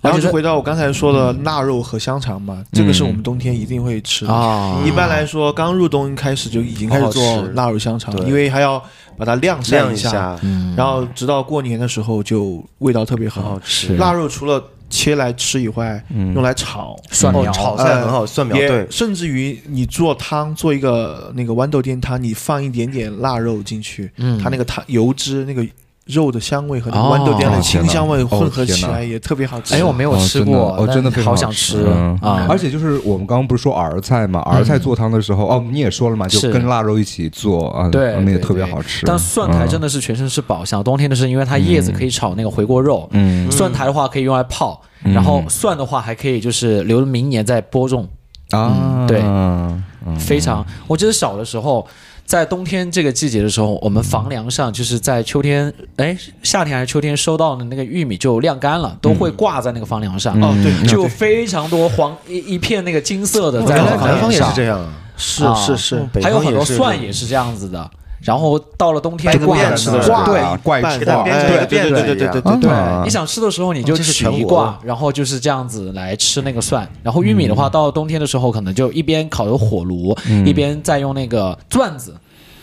然后而且就在回到我刚才说的腊肉和香肠嘛，这个是我们冬天一定会吃的。啊，一般来说，刚入冬开始就已经开始好做好吃腊肉香肠，对因为还要把它晾晒晾一下，下，嗯然后直到过年的时候就味道特别很好好。吃。腊肉除了切来吃以外，用来炒，蒜哦，苗炒菜很好，蒜苗也对，甚至于你做汤，做一个那个豌豆颠汤，你放一点点腊肉进去，嗯它那个汤油脂那个肉的香味和那个哦豌豆颠的哦清香味天哪混合起哦来天也特别好吃。哎，我没有哦吃真的过，哦，真的非常但好想想吃嗯啊！嗯而且就是我们刚刚不是说儿菜嘛，儿菜做汤的时候，哦，你也说了嘛，就是跟腊肉一起做啊，对嗯那对也特别对好吃。嗯但蒜苔真的，的是全身是宝箱，冬天的是因为它叶子可以炒那个回锅肉，嗯蒜苔的话可以用来泡，嗯然后蒜的话还可以就是留明年再播种，啊，对嗯非常。我记得小的时候，在冬天这个季节的时候，我们房梁上就是在秋天，哎，夏天还是秋天收到的那个玉米就晾干嗯了，都会挂在那个房梁上，哦，对，就非常多黄一一片那个金色的在原那来个房南方梁也是上，这样啊，是啊是是，北还有方很多是蒜这样也是这样子的。然后到了冬天就挂变着成呢了挂对对，怪拌吃给它挂变哎成一个对辫对子对一对样对对对。啊你想吃的时候你就哦这是取全一国挂，然后就是这样子来吃那个蒜。然后玉米的话，到冬天的时候可能就一边烤着火炉，一边再用那个钻子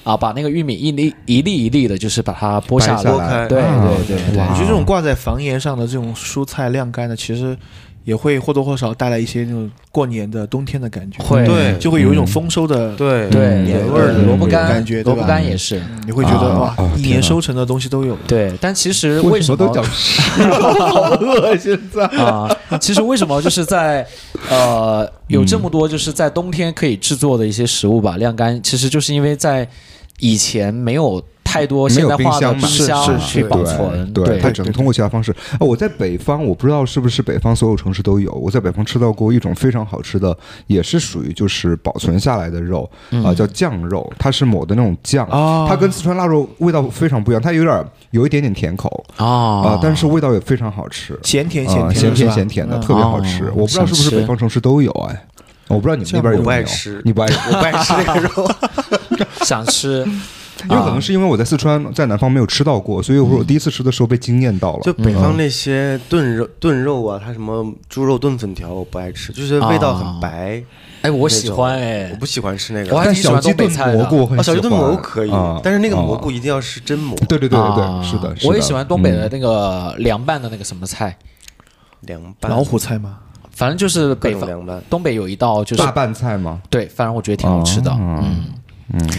啊，把那个玉米一粒一粒一粒的，就是把它剥下掰下来。来，来对啊对对对哇我觉得这种挂在房檐上的这种蔬菜晾干的，其实也会或多或少带来一些那种过年的冬天的感觉，会对就会有一种丰收的，对对年对味儿的对萝卜那种干感觉对萝卜吧干也是。你会觉得哇啊啊，一天哪年收成的东西都有了。对，但其实为什什么么都 讲吃？好饿现在。啊、其实为什么就是在呃有这么多就是在冬天可以制作的一些食物吧，晾干，其实就是因为在以前没有太多没现有代冰化的箱冰嘛是箱是去是保存，对，它对只能通过其他方式。啊我在北方，我不知道是不是北方所有城市都有。我在北方吃到过一种非常好吃的，也是属于就是保存下来的肉啊、叫酱肉，它是抹的那种酱，哦它跟四川腊肉味道非常不一样，它有点有一点点甜口啊、啊但是味道也非常好吃，咸甜啊咸甜咸甜咸甜嗯的，特别好吃。哦我不知道是不是想吃北方城市都有哎。我不知道你们那边有我不没爱有吃，你不爱吃，我不爱吃那个肉，想 吃，因为啊可能是因为我在四川，在南方没有吃到过，所以我嗯说我第一次吃的时候被惊艳到了。嗯就北方那些炖肉、炖肉啊，它什么猪肉炖粉条，我不爱吃，就是啊味道很白。哎，我我喜欢哎我，不喜欢吃那我个。还但挺喜欢小鸡东北炖菜的蘑菇我很喜欢，哦，小鸡炖蘑菇可以啊，但是那个蘑菇啊一定要是真蘑，对对对对啊对，是的，是的嗯我也喜欢东北的那个凉拌的那个什么菜，啊凉拌，老虎菜吗？反正就是各北种方凉拌。东北有一道就是大拌菜啊吗？对，反正我觉得挺好吃的，嗯。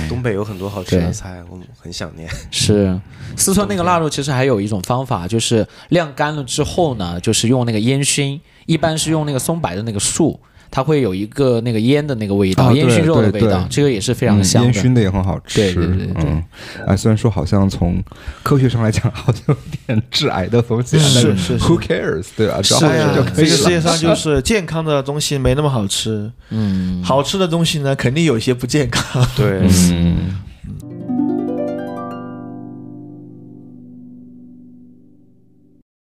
东北有很多好吃对的菜，我很想念。是，四川那个腊肉其实还有一种方法，就是晾干了之后呢，就是用那个烟熏，一般是用那个松柏的那个树。它会有一个那个烟的那个味啊道，烟对熏肉的味对道对，这个也是非非常嗯香烟的。熏的也很好吃。对对对对嗯，哎，虽然说好像从科学上来讲，好像有点致癌的风险，是但是是 Who cares？对吧？只要好哎呀吃就这可个以世界了。上 就是健康的东西没那么好吃，嗯，好吃的东西呢，肯定有一些不健康。对，嗯，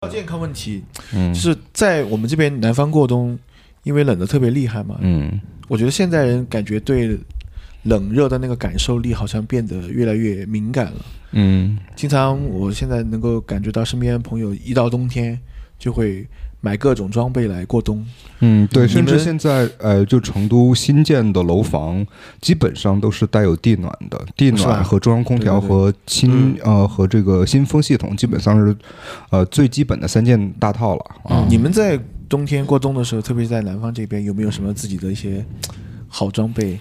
健康问题嗯就是在我们这边南方过冬，因为冷的特别厉害嘛，嗯我觉得现在人感觉对冷热的那个感受力好像变得越来越敏感了。嗯经常我现在能够感觉到身边朋友一到冬天就会买各种装备来过冬。嗯，对，甚至们现在呃，就成都新建的楼房，基本上都是带有地暖的，地哦是吧暖和中央空调对对对嗯和新呃和这个新风系统，基本上是呃最基本的三件大套了啊。你们在冬天过冬的时候，特别是在南方这边，有没有什么自己的一些好装备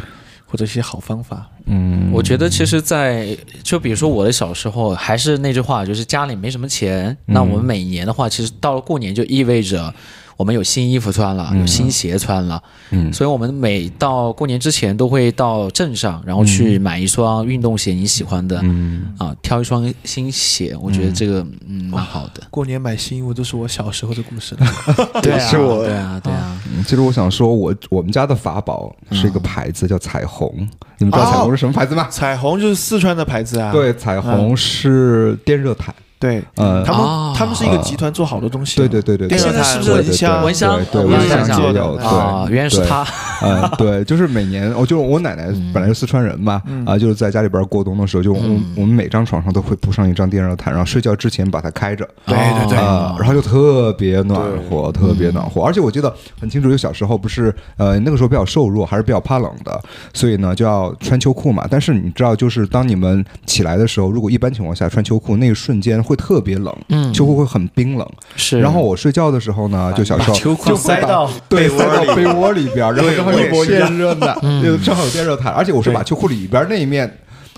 或者一些好方法？嗯我觉得其实在，就比如说我的小时候，还是那句话，就是家里没什么钱。那嗯我们每年的话，其实到了过年就意味着我们有新衣服穿了，有新鞋穿了。嗯所以我们每到过年之前都会到镇上，然后去买一双运动鞋，你喜欢的、嗯啊，挑一双新鞋。我觉得这个嗯蛮好的。过年买新衣服都是我小时候的故事 了。对啊，是我对啊，对啊。嗯其实我想说，我我们家的法宝是一个牌子叫彩虹，你们知道嗯哦彩虹是什么牌子吗？彩虹就是四川的牌子啊，对，彩虹是电热毯。对，呃他们、啊他们是一个集团做好多东西啊的、对对对对，对电热现在毯是不是蚊香蚊香对，对蚊蚊香香做也的有，啊对啊，原来是对他，嗯，对，就是每年，哦我就我奶奶嗯本来是四川人嘛，嗯啊，就是在家里边过冬的时候，就我嗯们我们每张床上都会铺上一张电热毯，然后睡觉之前把它开着，对对对啊，然后就特别暖和，特嗯别暖和。而且我记得很清楚，就小时候不是呃那个时候比较瘦弱，还是比较怕冷的，所以呢就要穿秋裤嘛。但是你知道，就是当你们起来的时候，如果一般情况下穿秋裤，那一瞬间会特别冷，嗯秋裤会很冰冷。是。然后我睡觉的时候呢，就小时候秋裤塞到对，被窝塞到里被窝里边儿，然后正好我也有是电热毯，就正好有电热毯，而且我是把秋裤里边那一面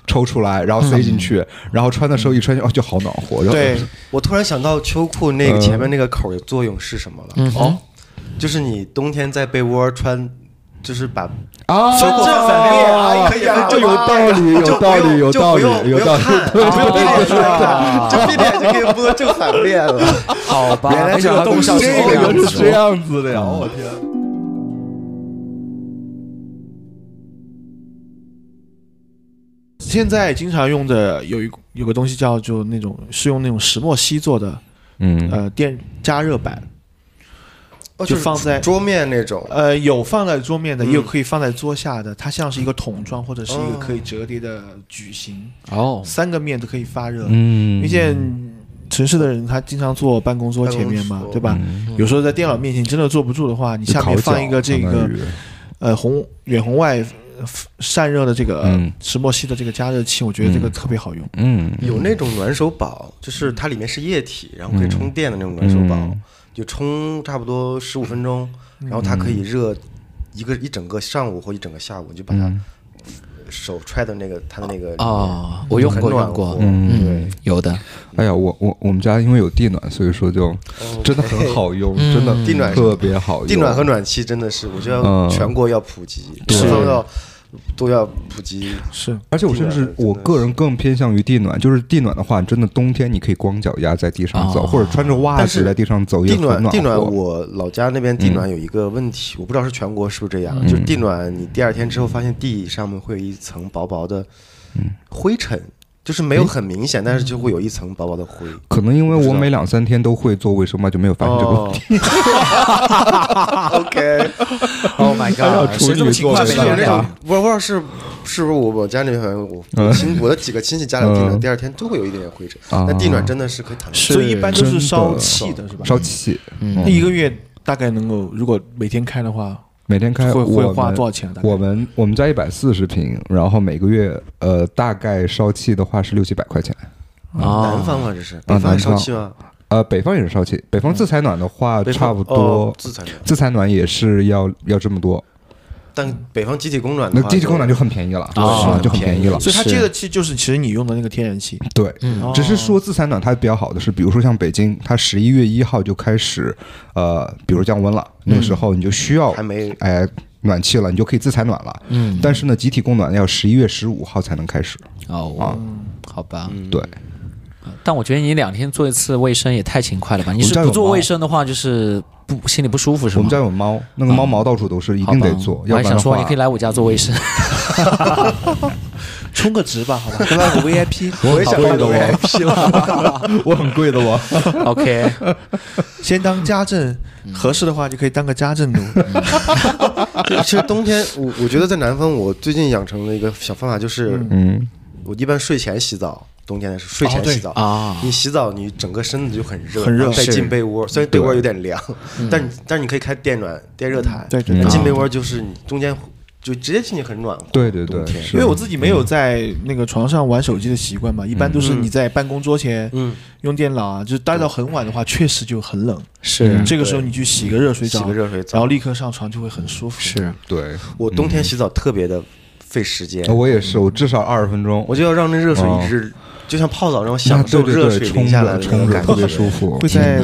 抽出来，然后塞进去，然后穿的时候一穿就哦就好暖和，然后对，我突然想到秋裤那嗯个前面那个口儿的作用是什么了？哦，就是你冬天在被窝穿，就是把啊，秋裤放反面啊可以啊就有道理，有道理，有道理，有道理， 对对对啊，就闭眼就可以播正反面了。好吧，原来没这想个到东功效西是这样个原来子是这样子的呀，我天。现在经常用的有一有个东西叫就那种是用那种石墨烯做的，嗯，呃，电加热板，哦就放在桌面那种，呃，有放在桌面的，嗯也有可以放在桌下的，它像是一个桶状或者是一个可以折叠的矩形，哦，三个面都可以发热。嗯遇见城市的人，他经常坐办公桌前面嘛办公，桌对吧？嗯有时候在电脑面前真的坐不住的话，你下面放一个这个呃红远红外呃散热的这个呃嗯石墨烯的这个加热器，我觉得这个特别好用。嗯有那种暖手宝，就是它里面是液体，然后可以充电的那种暖手宝，嗯就充差不多十五分钟，然后它可以热一个一整个上午或一整个下午，你就把嗯它手揣到那个它的那个啊哦，我用很过暖用过和，嗯，有的，哎呀，我我我们家因为有地暖，所以说就真的很好用，真的地暖特别好用，地暖和暖气真的是，我觉得嗯全国要普及，对地方要都要普及。是，而且我甚地至暖真的我个人更偏向于地暖，就是地暖的话，真的冬天你可以光脚丫在地上走，哦或者穿着袜但子是在地上走也地很暖暖和。地暖，我老家那边地暖嗯有一个问题，我不知道是全国是不是这样，就是地暖你第二天之后发现地上面会有一层薄薄的嗯灰尘，就是没有很明显，但是就会有一层薄薄的灰。可能因为我每两三天都会做卫生嘛，就没有发现这个哦问题。 OK， Oh my 哎要 god！处谁这么女勤座快的没是啊有有那料种，啊我不知道是是不是我我家那边我我亲我的几个亲戚家里有地暖，嗯第二天都会有一点点灰尘。啊哦那地暖真的是可以躺所以一般都真是的烧气的，是吧？啊烧气，嗯那嗯一个月大概能够，如果每天开的话，每天开会会我花们多少钱啊？大概我们我们家一百四十平，然后每个月呃大概烧气的话是六七百块钱。南啊，方吗？这是北方也烧气吗？呃，北方也是烧气，北方自采暖的话嗯北方差不哦多，自残的自采暖也是要要这么多。但北方集体供暖的那话，集体供暖就很便宜了啊啊，就很便宜了。所以它是接的气就是其实你用的那个天然气，哦对，嗯只是说自采暖它比较好的是，比如说像北京，它十一月一号就开始，呃，比如降温了，那个时候你就需要还没哎暖气了，你就可以自采暖了。嗯，但是呢，集体供暖要十一月十五号才能开始。哦，好吧。对，但我觉得你两天做一次卫生也太勤快了吧？你我们是家有不做猫卫生的话，就是不心里不舒服是我吗们？家有猫，那个猫毛到处都是，一好定吧得做，我要还不然想的说，话你可以来我家做 卫生。 充个值 吧，好吧，给到我 VIP，我也想贵看的哦到我 我很贵的我。 OK，先当家政，嗯合适的话就可以当个家政奴， 啊其实冬天，我我觉得在南方，我最近养成了一个小方法，就是嗯，哦我一般睡前洗澡，冬天的时候睡前洗澡啊你洗澡，你整个身子就很热，很热然后再是进被窝，虽然被窝有点凉，但你但是你可以开电暖、电热毯，对对对那进被窝就是你中间就直接进去很暖和。啊对对对冬，天是嗯因为我自己没有在那个床上玩手机的习惯嘛，一般都是你在办公桌前嗯，用电脑啊，就是待到很晚的话，确实就很冷，嗯是这个时候你去洗个热水澡，洗个热水然澡后。立刻上床就会很舒服。是，对，我冬天洗澡特别的费时间，我也是，我至少二十分钟，我就要让那热水哦一直就像泡澡那种那享受对对热对水冲淋下来着冲的那种着感特觉别。舒服，嗯会在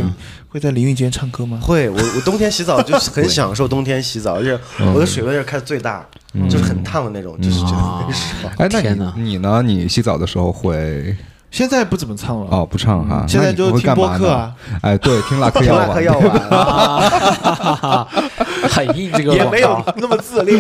会在淋浴间唱歌吗？会，我我冬天洗澡就是很享受冬天洗澡，而且我的水温也开始最大，就是很烫的那种，就是觉得很 爽。哎，那天哪你你呢？你洗澡的时候会现在不怎么唱了，哦不唱哈？嗯现在那你就会听干播嘛客呢啊，哎，对，听拉克听药 拉丸，克药丸啊， 很硬这个也广没告有那么自恋。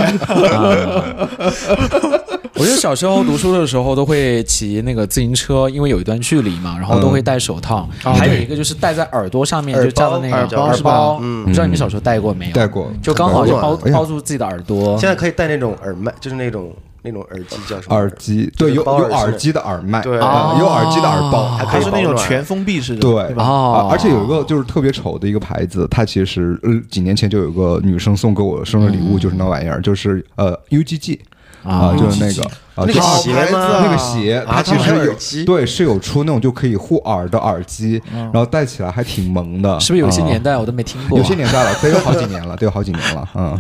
我觉得小时候读书的时候都会骑那个自行车，因为有一段距离嘛，然后都会戴手套，还有一个就是戴在耳朵上面，耳就叫的那个包耳包耳是吧包，嗯不知道你们小时候戴过没有？戴过就刚好戴就过包哎呀包住自己的耳朵现。在可以戴那种耳麦，就是那种那种耳机叫什么？耳机，对，有包有耳式耳机的耳麦，对啊有耳机的耳包，还可它以是那保种暖全封闭式的，对吧？啊哦而且有一个就是特别丑的一个牌子，它其实呃几年前就有个女生送给我生日礼物，就是那玩意儿，就是呃 UGG 啊，就是那个啊那就个是好鞋牌子吗那个鞋啊它其它实还有耳有机嗯对是有出那种就可以护耳的耳机，然后戴起来还挺萌的，是不是有些年啊？代我都没听过？有些年代了，得有好几年了，得有好几年了，嗯，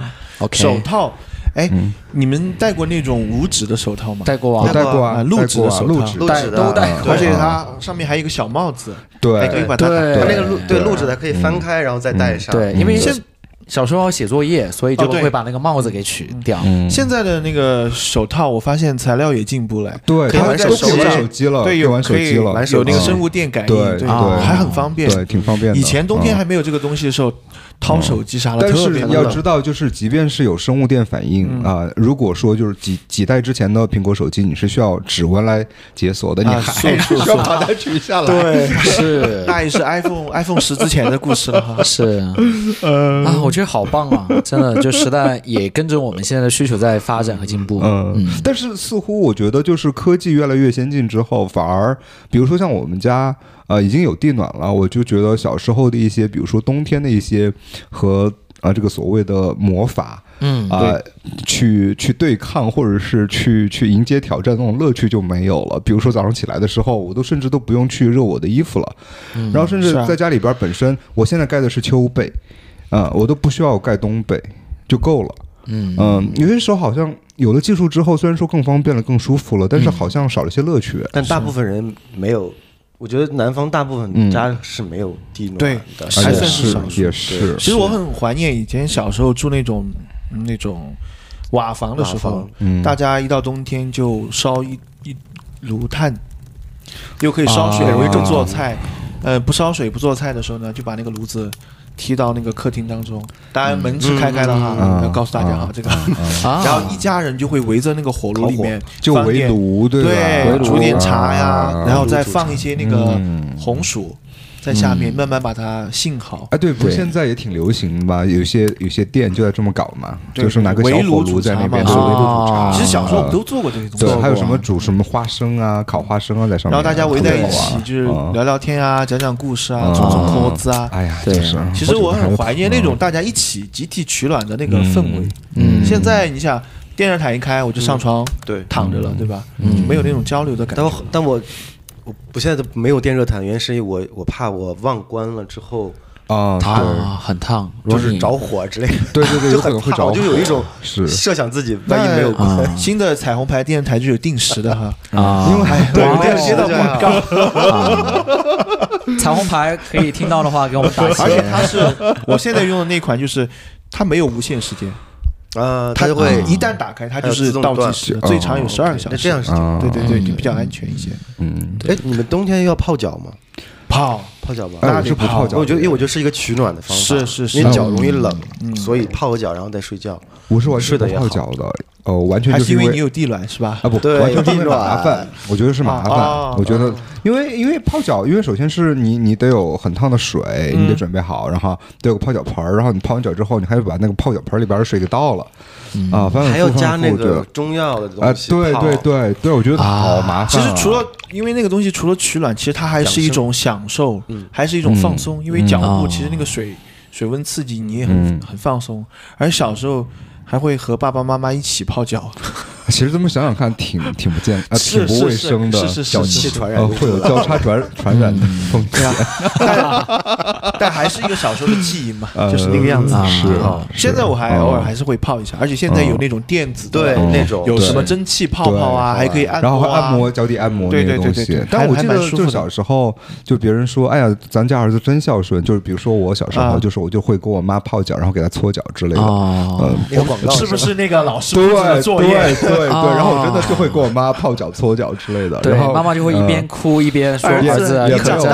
手 OK，套，哎，你们戴过那种无指的手套吗？戴过我啊，戴过啊，啊录戴制过的啊，手录套制录戴制的都戴对而且它上面还有一个小帽子，还可以对，把它对它那个录对对录制的可以翻开，然后再戴上。对，因为现是小时候要写作业，所以就哦对嗯会把那个帽子给取掉。现在的那个手套，我发现材料也进步了，对，可以它玩都手可以玩机手机了，可对，以有玩手可以机了，嗯玩手有那个机生物电感应，对对对还很方便。对，挺方便的。以前冬天嗯还没有这个东西的时候，掏手机啥的嗯但特别是麻要烦知道，就是即便是有生物电反应啊、如果说就是几几代之前的苹果手机，你是需要指纹来解锁的，你啊还是是 需要把它取下来。 对，是那也是 iPhone iPhone 十之前的故事 了哈。是，嗯啊，我觉得好棒啊！真的，就时代也跟着我们现在的需求在发展和进步。嗯，但是似乎我觉得，就是科技越来越先进之后，反而比如说像我们家，呃，已经有地暖了，我就觉得小时候的一些，比如说冬天的一些和啊、这个所谓的魔法，嗯啊、去去对抗或者是去去迎接挑战那种乐趣就没有了。比如说早上起来的时候，我都甚至都不用去热我的衣服了，然后甚至是啊在家里边本身，我现在盖的是秋被，啊、我都不需要盖冬被就够了。嗯嗯，有些时候好像有了技术之后，虽然说更方便了、更舒服了，但是好像少了些乐趣。但大部分人没有，我觉得南方大部分家是没有地暖对的，还啊也算是少是，也是其实我很怀念以前小时候住那种嗯那种瓦房的时瓦候房，嗯大家一到冬天就烧一一炉炭，又可以烧水，啊又可以做菜。呃，不烧水不做菜的时候呢，就把那个炉子踢到那个客厅当中，当然门是开开的哈，嗯要告诉大家哈这个。啊然后一家人就会围着那个火炉里面就放围点炉对吧？对，煮点茶呀啊，然后再放一些那个嗯红薯在下面，慢慢把它浸好。哎，对，不是现在也挺流行的吧？有些有些店就在这么搞嘛，对就是拿个小围炉火煮炉在茶那嘛边啊对围炉煮茶。其实小时候我们嗯都做过这些东西对，，还有什么煮什么花生啊、烤花生啊在上面，然后大家围在一起特就是别好玩啊聊聊天啊，讲讲故事啊，嗯种种口子啊。哎呀，对就是。其实我很怀念那嗯种大家一起集体取暖的那个氛围。嗯现在你想，电热毯一开，我就上床对。躺着了，对吧？就没有那种交流的感但觉。我但我我我现在都没有电热毯，原因是因为我我怕我忘关了之后啊，烫对啊，很烫，就如果是你着火之类的， 对对 对有就可很能会怕着我就有一种是设想自己万一没有过，那新的彩虹牌电视台就有定时的 哈，啊，因为对，哇我有接到是这样广告，彩虹牌可以听到的话给我们打而且钱。它是我现在用的那款，就是它没有无限时间，呃，它就会一旦打开，它就还有是自动倒计断啊时，哦最长有十二个小那时。这样是挺好对对对，就比较安全一些。嗯，哎，你们冬天要泡脚吗？泡，泡脚吧，哎那我是不泡脚的我觉得，因为我觉得是一个取暖的方法，是是是因为脚容易冷，所以泡个脚然后再睡觉。我是完睡全不得也泡好脚的，呃，完全还就是是因因为为你有地卵是吧？啊不，对完全就是地麻暖烦，我觉得是麻哦烦。我觉得，因为因为泡脚，因为首先是你你得有很烫的水，你得准备好，然后得有个泡脚盆儿，然后你泡完脚之后，你还要把那个泡脚盆里边的水给倒了，啊，反反还要复复加那复复个着中药的啊东，西泡，对对对对，我觉得好麻其烦啊。实除了因为那个东西，除了取暖，其实它还是一种享受，嗯还是一种放松。因为脚嗯部哦其实那个水、水温刺激，你也嗯很、很放松。而小时候还会和爸爸妈妈一起泡脚， 其实这么想想看，挺挺不健，啊，是挺是不卫是生的，是是是脚是气是传染呃就会有出来交叉传传染风险，但还是一个小时候的记忆嘛，呃就是那个样子。啊是啊，是现在我还偶尔嗯还是会泡一下，而且现在有那种电子的对了那种有哦什对么蒸汽泡泡啊，对还可以按摩、然啊，后还按摩脚底按摩那对个对东对对西对。但还我记还蛮得舒就是服的小时候，就别人说，哎呀，咱家儿子真孝顺。就是比如说我小时啊候，就是我就会给我妈泡脚，然后给她搓脚之类的。哦，那个广告是不是那个老师布对置对的作业？哦对对，啊然后我真的就会给我妈泡脚、搓脚之类的。对，然后妈妈就会一边嗯哭一边说：“儿儿子子，啊也也你可没有真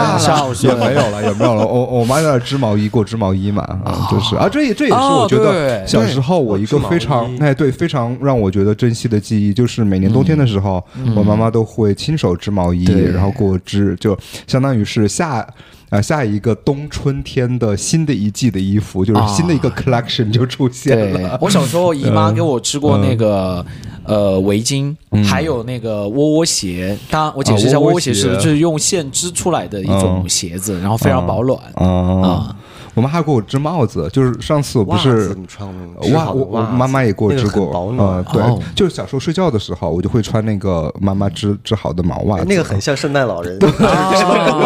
了，孝也顺。”没有了，也没 有了。我我妈有点织毛衣，给我织毛衣嘛，啊，就是啊，这也这也是哦我觉对得小时候我一织个毛非常衣哎对非常让我觉得珍惜的记忆，就是每年冬天的时候，我妈妈都会亲手织毛衣，嗯对然后给我织，就相当于是下。啊，下一个冬春天的新的一季的衣服，就是新的一个 collection 就出现啊对了。，嗯我小时候姨妈给我织过那个、呃围巾，还有那个窝窝鞋。当然，我解释一下，啊窝窝窝窝鞋鞋是就是用线织出来的一种嗯鞋子，然后非常保暖。啊，我妈还给我织帽子，就是上次我不袜是子你穿过吗？织袜，好的我我袜子妈妈也给我那个织很过，保呃暖，对，哦就是小时候睡觉的时候，我就会穿那个妈妈织织好的毛袜哎子，那个很像圣诞老人，对 啊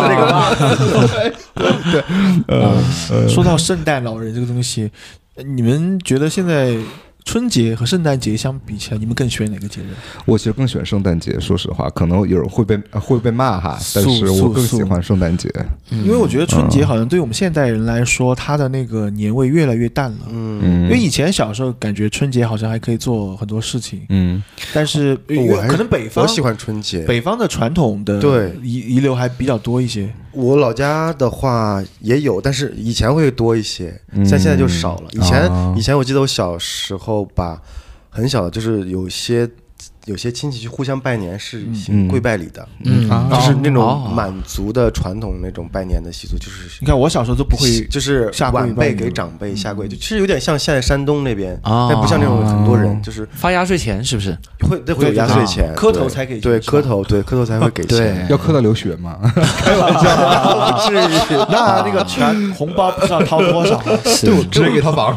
那个袜子呃嗯说到圣诞老人这个东西，呃你们觉得现在春节和圣诞节相比起来，你们更喜欢哪个节日？我其实更喜欢圣诞节，说实话，可能有人会被会被骂哈，素但是我更素喜欢圣诞节，嗯因为我觉得春节好像对我们现代人来说，它的那个年味越来越淡了。嗯，嗯因为以前小时候感觉春节好像还可以做很多事情，嗯，但是因为哦我还可能北方 我喜欢春节。北方的传统的对遗遗留还比较多一些。我老家的话也有，但是以前会多一些，嗯像现在就少了。以前、啊哦以前我记得我小时候吧，很小就是有些有些亲戚去互相拜年是行嗯跪拜礼的，嗯啊就是那哦种满族的传统那种拜年的习俗，就是你看我小时候都 不会， 嗯就是下跪晚拜辈年给长辈下跪，就其实有点像现在山东那边，啊哦但不像那种很多人就是发压岁钱是不是？会那会有对压对岁对钱，磕头对才给钱对是吧磕头对磕头才会给钱，要磕到流血吗？不至于。那那个全红包不知道掏多少。对，我直接给他房。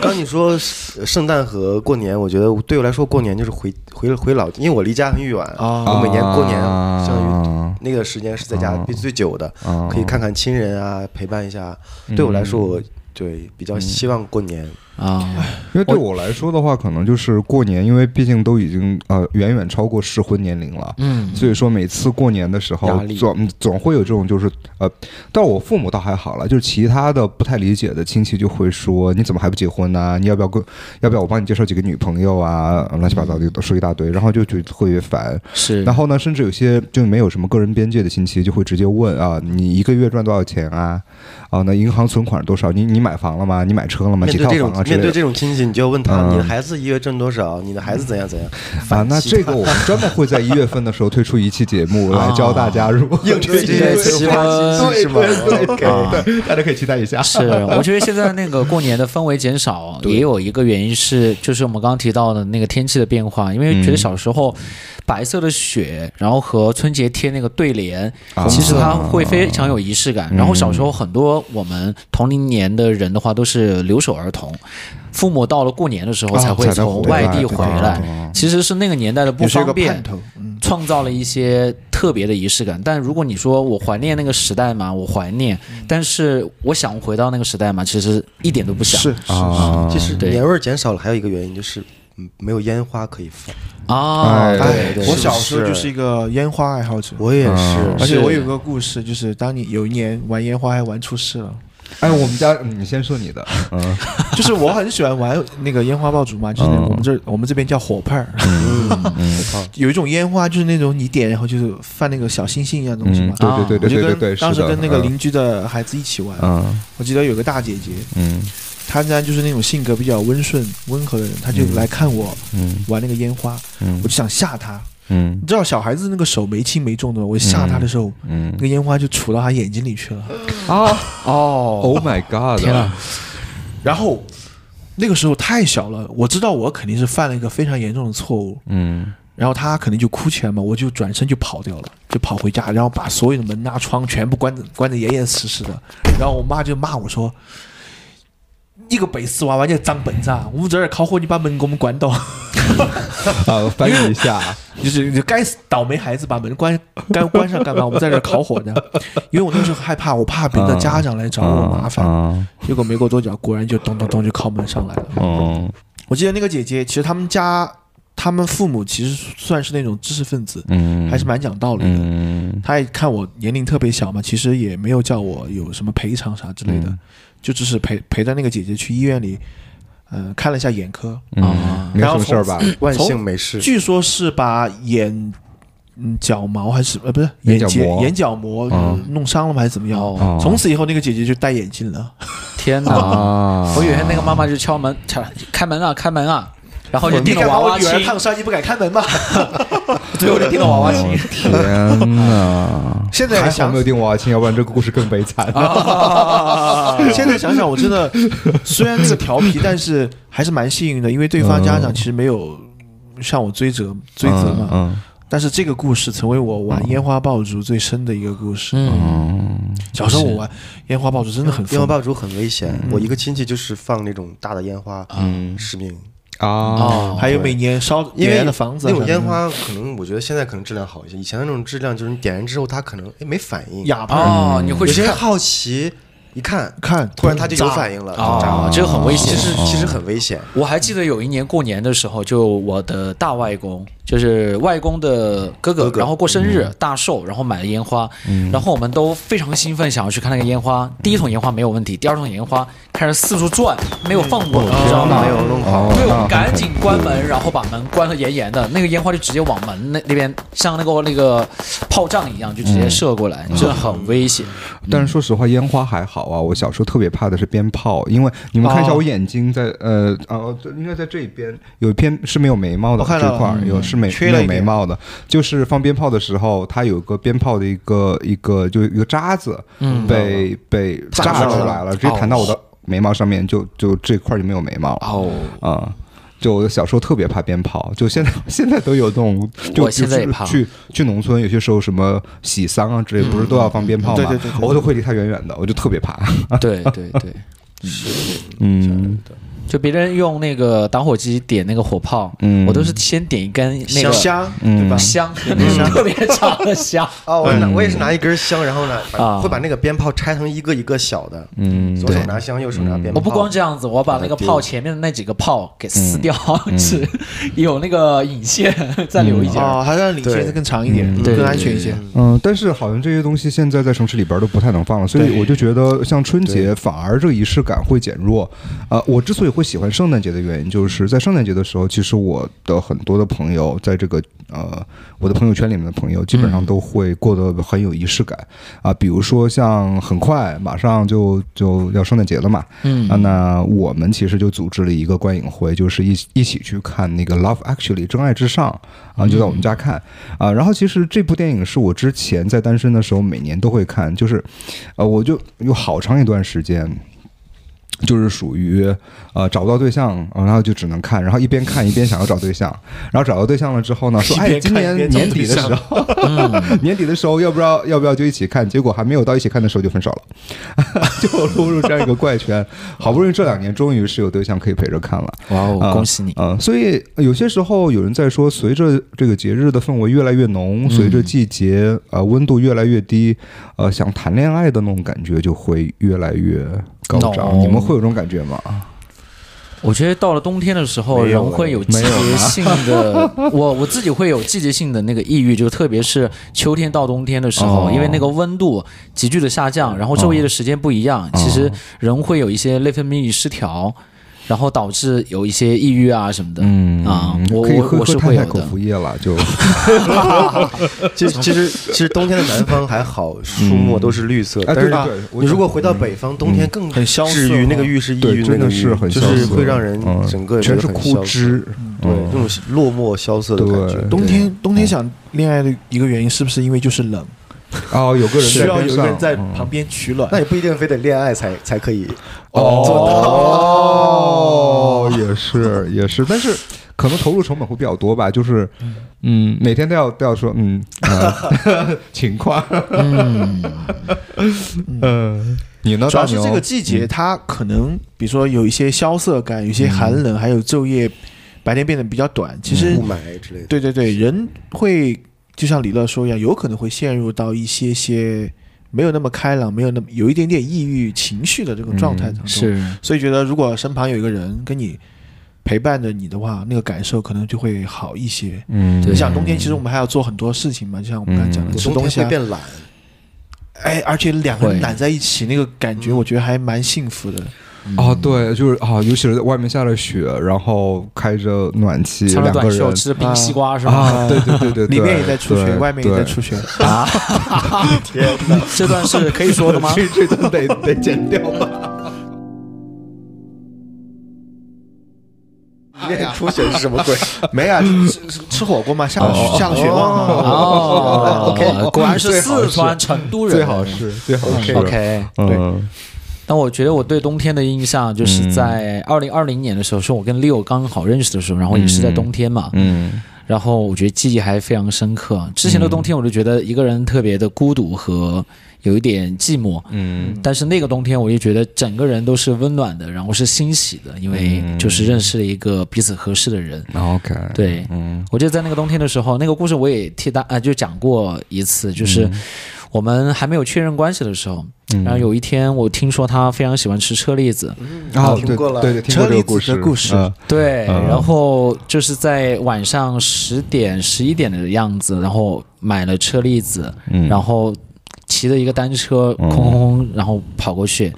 刚你说呃圣诞和过年，我觉得对我来说，过年就是回回回老，因为我离家很远啊我每年过年相当于啊那个时间是在家最最久的，啊可以看看亲人啊，陪伴一下。对我来说，我对比较希望过年。啊， 因为对我来说的话，可能就是过年，因为毕竟都已经呃远远超过适婚年龄了，嗯，所以说每次过年的时压候力，总嗯总会有这种就是呃，但我父母倒还好了，就是其他的不太理解的亲戚就会说你怎么还不结婚呢、啊你要不要跟要不要我帮你介绍几个女朋友啊？乱七八糟的都说一大堆，然后就觉得特别烦。是然后呢，甚至有些就没有什么个人边界的亲戚，就会直接问啊，你一个月赚多少钱啊？啊，那银行存款多少？你你买房了吗？你买车了吗？面几对套这房种啊之类面的？对这种亲戚，你就要问他，嗯你的孩子一月挣多少？你的孩子怎样怎样？啊，那反击这个我们专门会在一月份的时候推出一期节 目啊来教大家如何应对这些奇哦葩亲戚是 吗对对啊对？OK 对，大家可以期待一下。 是，我觉得现在那个过年的氛围减 少，也有一个原因是，就是我们刚刚提到的那个天气的变化，因为觉嗯得小时候白色的雪，然后和春节贴那个对联，啊其实它会非常有仪式感。然后小时候很多我们同龄年的人的话，都是留守儿童。父母到了过年的时候啊才会才能从回外来地对回对来，其实是那个年代的不也是一方个便盼头，嗯创造了一些特别的仪式感。但如果你说我怀念那个时代嘛，我怀念，但是我想回到那个时代嘛，其实一点都不想。是啊，其实对年味儿减少了，还有一个原因就是嗯没有烟花可以放。啊，哎哎对对，我是小时候是就是一个烟花爱好者，我也啊而是，且是我有个故事，就是当你有一年玩烟花还玩出事了，哎，我们家你先说你的，嗯，就是我很喜欢玩那个烟花爆竹嘛，就是那嗯我们这我们这边叫火炮儿， 嗯有一种烟花就是那种你点然后就是放那个小星星一样的东西嘛。对对嗯对我对就对对跟对，当时是的跟那个邻居的孩子一起玩，嗯我记得有个大姐姐，嗯她呢就是那种性格比较温顺温和的人，她就来看我嗯玩那个烟花，嗯我就想吓她。嗯你知道小孩子那个手没轻没重的，我吓她的时候，嗯那个烟花就杵到她眼睛里去了。啊哦， ，Oh my God！天啊哪！然后那个时候太小了，我知道我肯定是犯了一个非常严重的错误，嗯然后他可能就哭起来嘛，我就转身就跑掉了，就跑回家，然后把所有的门啊窗全部关得关得严严实实的。然后我妈就骂我说：“你个背死娃娃，你个长本子啊！我们这儿烤火，你把门给我们关到，啊，翻译一下，就是你该死倒霉孩子，把门关该关上干嘛？我们在这儿烤火呢。因为我那时候害怕，我怕别嗯人的家长来找我麻烦。啊，结果没过多久，果然就咚咚咚就敲门上来了。嗯我记得那个姐姐，其实他们家他们父母其实算是那种知识分子，嗯还是蛮讲道理的。嗯他也看我年龄特别小嘛，其实也没有叫我有什么赔偿啥之类嗯的，就只是陪陪着那个姐姐去医院里，呃，看了一下眼科，嗯，没什么事儿吧？万幸没事。据说是把眼嗯角膜还是呃不是眼眼角结膜眼角膜、嗯弄伤了吗还是怎么样？哦哦从此以后，那个姐姐就戴眼镜了。天哪！啊我以为那个妈妈就敲门，敲开门啊，开门啊，然后就你盯着敢娃把我娃女亲儿，烫伤，你不敢开门吗？最后就盯着娃娃亲。天 哪！ 现在还好想没有定娃娃亲，要不然这个故事更悲惨。 啊现在想想，我真的虽然这个调皮，但是还是蛮幸运的，因为对方家长其实没有向我追责追责嘛。嗯但是这个故事成为我玩烟花爆竹最深的一个故事。嗯，嗯小时候我玩烟花爆竹真的很烟疯花爆竹很危险，嗯我一个亲戚就是放那种大的烟花，嗯，失明。啊，还有每年烧因点为燃的房子啊那什么的种烟花，可能我觉得现在可能质量好一些。以前那种质量就是你点燃之后，它可能哎没反应，哑炮哦，你会有去些人看好奇一看，看，突然它就有炸反应了，就炸哦，这个很危险嗯其。实其实很危险。我还记得有一年过年的时候，就我的大外公，就是外公的哥哥，嗯然后过生日、大寿，然后买了烟花，然后我们都非常兴奋，想要去看那个烟花。第一桶烟花没有问题，第二桶烟花开始四处转，没有放稳，你知道吗？没哦有弄好，对，我们赶紧关门，然后把门关得严严的，那个烟花就直接往门那那边，像那个那个炮仗一样，就直接射过来，真的很危险。但是说实话，烟花还好啊。我小时候特别怕的是鞭炮，因为你们看一下哦我眼睛在呃哦，应该在这一边有一边是没有眉毛的我看到这块儿了嗯有是没缺没了有一眉点毛的，就是放鞭炮的时候，它有个鞭炮的一个一个就一个渣子嗯被被炸炸出来出了哦来了，直接弹到我的眉毛上面，就就这块儿就没有眉毛哦，啊。就我小时候特别怕鞭炮，就现在 现在都有那种，就我现在也就是怕去去农村，有些时候什么喜丧啊之类，嗯不是都要放鞭炮吗？对对对对我都会离它远远的，我就特别怕。对对对，嗯就别人用那个打火机点那个火炮，嗯我都是先点一根那香个香嗯对吧？香， 特别长的香哦，我拿我也是拿一根香，然后呢，嗯啊把会把那个鞭炮拆成一个一个小的，嗯左手拿香，右手拿鞭炮。嗯哦我不光这样子，我把那个炮前面的那几个炮给撕掉， 是有那个引线再留一截儿。哦，还让领对先更长一嗯点，对更安全一些。嗯，但是好像这些东西现在在城市里边都不太能放了，所以对我就觉得像春节反而这个仪式感会减弱。呃，我之所以会喜欢圣诞节的原因，就是在圣诞节的时候，其实我的很多的朋友，在这个呃我的朋友圈里面的朋友，基本上都会过得很有仪式感啊、比如说像很快马上就就要圣诞节了嘛，嗯啊，那我们其实就组织了一个观影会，就是一起一起去看那个《Love Actually》真爱至上啊，就在我嗯们家看啊。然后其实这部电影是我之前在单身的时候每年都会看，就是呃，我就有好长一段时间。就是属于呃找不到对象，然后就只能看，然后一边看一边想要找对象，然后找到对象了之后呢，说一哎，边今看年一边找年底的对时象候， 年底的时候要不要要不要就一起看，结果还没有到一起看的时候就分手了， 就落入这样一个怪圈。好不容易这两年终于是有对象可以陪着看了，哇哦啊，恭喜你！嗯，所以有些时候有人在说，随着这个节日的氛围越来越嗯浓，随着季节呃温度越来越低，呃，想谈恋爱的那种感觉就会越来越高涨。 No 你们会有这种感觉吗？我觉得到了冬天的时候，没有人会有季节性的，我我自己会有季节性的那个抑郁，就特别是秋天到冬天的时候，哦因为那个温度急剧的下降，然后昼夜的时间不一哦样，其实人会有一些内分泌失调，然后导致有一些抑郁啊什么的。嗯啊，我嗯可以我喝我喝是太会有太口的。服液了，就 其实其实其实冬天的南方还好，树嗯木都是绿色，哎但对是对对我你如懂果回到北方，冬天更很萧瑟至于那个哈郁是抑对郁，真那的个是郁很就是萧瑟会让人嗯整个人全是很枯萧瑟，枝，对，嗯那种落寞萧瑟的感觉对。冬天冬天想恋爱的一个原因是不是因为就是冷，哦，有个人需在要边有一个人上在嗯旁边取暖那？也不一定非得恋爱才才可以哦，也是也是，但是可能投入成本会比较多吧，就是嗯，每天都要都要说嗯、呃 情况，嗯，你呢？主要是大牛这个季节，它可能比如说有一些萧瑟感，有一些寒冷，还有昼夜白天变得比较短。其实雾霾之类的。对对对，人会就像李乐说一样，有可能会陷入到一些些没有那么开朗，没有那么有一点点抑郁情绪的这种状态当中。，是，所以觉得如果身旁有一个人跟你陪伴着你的话，那个感受可能就会好一些。嗯，对你想冬天其实我们还要做很多事情嘛，就像我们刚才讲的我吃嗯冬东天西会啊，变懒，哎，而且两个人会揽在一起那个感觉，我觉得还蛮幸福的。哦，对，就是啊、尤其是外面下了雪，然后开着暖气，穿着两个短袖人吃着冰西瓜是吧？啊，对对对对，对里面也在出对血，外面也在对出血。啊，天这段 是可以说的吗？这这段得得剪掉吧。练出血是什么鬼？没啊，吃吃吃火锅嘛，下了哦雪下了 雪忘了。哦 OK 果然是最好四是川成都人，最好是最好是 OK。嗯，但我觉得我对冬天的印象就是在二零二零年的时候，是我跟 Leo 刚好认识的时候，然后也是在冬天嘛，嗯然后我觉得记忆还非常深刻。之前的冬天我就觉得一个人特别的孤独和有一点寂寞，嗯但是那个冬天我就觉得整个人都是温暖的，然后是欣喜的，因为嗯就是认识了一个彼此合适的人。 ，OK，，对，嗯我记得在那个冬天的时候，那个故事我也替大啊、就讲过一次，就是我们还没有确认关系的时候，然后有一天我听说他非常喜欢吃车厘子，嗯哦，听对过了对对，听过这个故车事，厘子的故事嗯对，嗯然后就是在晚上十点十一点的样子，然后买了车厘子，嗯然后骑着一个单车嗯空空空，然后跑过去。